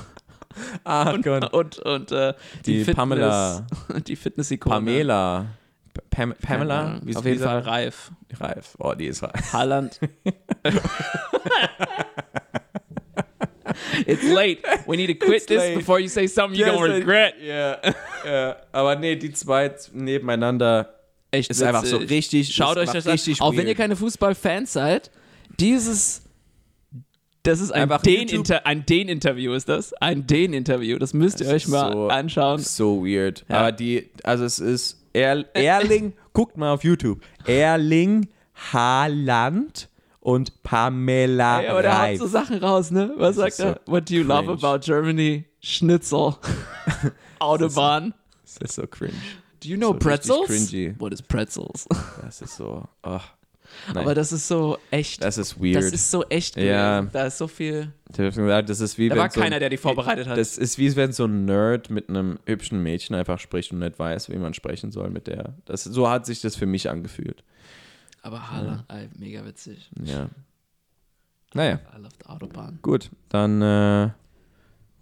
S2: Ah, Gott.
S1: und, und äh, die,
S2: Die
S1: Fitness,
S2: Pamela.
S1: [LAUGHS] Die Fitness-Ikone.
S2: Pamela. Pa- Pam Pamela? Wie ist-
S1: Auf
S2: wie
S1: jeden
S2: sagt-
S1: Fall reif.
S2: Reif. Oh, die ist reif.
S1: Haaland. It's late. We need to quit
S2: It's
S1: this
S2: late.
S1: before you say something you don't regret.
S2: [LAUGHS] Ja, ja. Aber nee, die zwei nebeneinander
S1: Echt,
S2: Ist einfach so
S1: witzig.
S2: richtig-
S1: Schaut
S2: das
S1: euch
S2: macht
S1: das an.
S2: richtig
S1: Auch wenn
S2: weird.
S1: ihr keine Fußballfans seid, dieses. Das ist ein
S2: Einfach
S1: Den-Interview, ein Den-Interview ist das. Ein Den-Interview. Das müsst ihr
S2: Das
S1: euch
S2: ist
S1: mal
S2: so-
S1: anschauen.
S2: So weird.
S1: Ja.
S2: Aber die, also es ist er, [LAUGHS] Erling, guckt mal auf YouTube. Erling Haaland und Pamela
S1: Ey, aber der haut
S2: Reif.
S1: so Sachen raus, ne? Was
S2: Das
S1: sagt
S2: ist
S1: er? What do you love
S2: cringe.
S1: about Germany?
S2: [LAUGHS]
S1: Schnitzel. Autobahn.
S2: Das ist so cringe.
S1: Do you know
S2: so richtig
S1: pretzels?
S2: cringy.
S1: What is pretzels?
S2: Das ist so, oh,
S1: Aber das ist so echt.
S2: das ist weird.
S1: Das ist so echt.
S2: Ja.
S1: gewesen. Da ist so viel.
S2: Ich hab schon gesagt, das ist wie
S1: Da
S2: wenn
S1: war
S2: so ein-
S1: keiner, der die vorbereitet hat.
S2: Das ist wie wenn so ein Nerd mit einem hübschen Mädchen einfach spricht und nicht weiß, wie man sprechen soll mit der. Das, so hat sich das für mich angefühlt.
S1: Aber Halle, ey, mega witzig.
S2: Ja. Naja,
S1: I love the Autobahn.
S2: gut. Dann äh,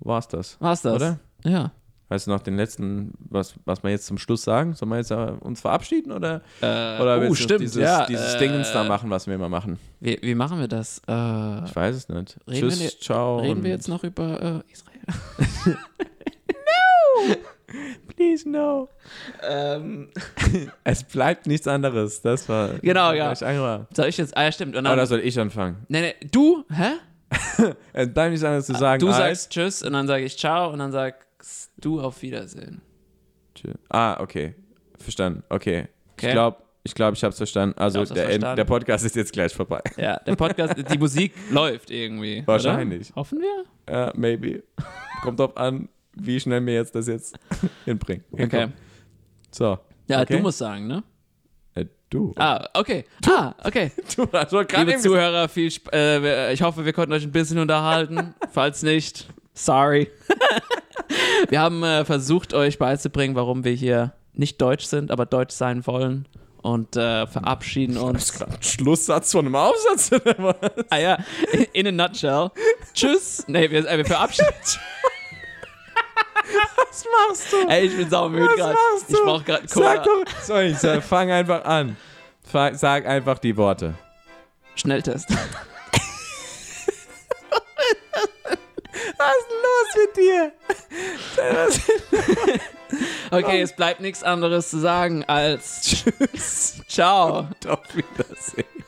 S2: war's das.
S1: War's das?
S2: Oder?
S1: Ja.
S2: Weißt du noch den letzten, was, was wir jetzt zum Schluss sagen? Sollen wir jetzt äh, uns verabschieden oder, oder
S1: oh,
S2: willst du
S1: stimmt,
S2: dieses,
S1: ja,
S2: dieses
S1: äh,
S2: Dingens da machen, was wir immer machen?
S1: Wie, wie machen wir das? Äh,
S2: Ich weiß es nicht.
S1: reden
S2: Tschüss,
S1: wir ne-
S2: ciao.
S1: reden wir
S2: und-
S1: jetzt noch über äh, Israel?
S2: Please no.
S1: Ähm,
S2: Es bleibt nichts anderes. Das war.
S1: Genau, ja.
S2: das war echt angenehm.
S1: soll ich jetzt? Ah, ja, stimmt. Und dann,
S2: Oder soll ich anfangen?
S1: nee, nee, du? Hä?
S2: Es bleibt nichts anderes zu sagen.
S1: Ah, Du
S2: als-
S1: sagst Tschüss und dann sage ich Ciao und dann sagst du auf Wiedersehen.
S2: Tschö. Ah, okay. Verstanden. Okay.
S1: Okay.
S2: Ich glaube, ich, glaub, ich habe es verstanden. Also
S1: Ich glaub, du hast
S2: der,
S1: verstanden.
S2: der Podcast ist jetzt gleich
S1: [LAUGHS]
S2: vorbei.
S1: Ja, der Podcast, die [LAUGHS] Musik läuft irgendwie.
S2: Wahrscheinlich.
S1: Oder? Hoffen wir?
S2: Ja, maybe. Kommt drauf an, wie schnell mir jetzt das jetzt [LAUGHS] hinbringt.
S1: Okay.
S2: So.
S1: Ja,
S2: Okay.
S1: du musst sagen, ne?
S2: Äh, du.
S1: Ah, okay. Ah, okay.
S2: [LAUGHS] Du hast doch gerade
S1: Liebe
S2: eben gesagt-
S1: Zuhörer, viel Sp äh, wir- ich hoffe, wir konnten euch ein bisschen [LAUGHS] unterhalten. Falls nicht, [LAUGHS] sorry. wir haben äh, versucht, euch beizubringen, warum wir hier nicht deutsch sind, aber deutsch sein wollen. Und äh, verabschieden
S2: Das ist
S1: uns.
S2: grad ein Schlusssatz von einem Aufsatz oder [LAUGHS] was?
S1: Ah ja, in a [LAUGHS] nutshell. Tschüss. Nee, wir, äh, wir verabschieden.
S2: Was machst du?
S1: Ey, ich bin saumüde
S2: Was
S1: gerade.
S2: machst
S1: Ich
S2: du?
S1: brauche gerade
S2: Sag
S1: Cola.
S2: doch. Soll ich sagen? Fang einfach an. Fang, sag einfach die Worte.
S1: Schnelltest. [LAUGHS]
S2: Was ist los mit dir?
S1: Okay, es bleibt nichts anderes zu sagen als Tschüss. Ciao.
S2: Auf Wiedersehen.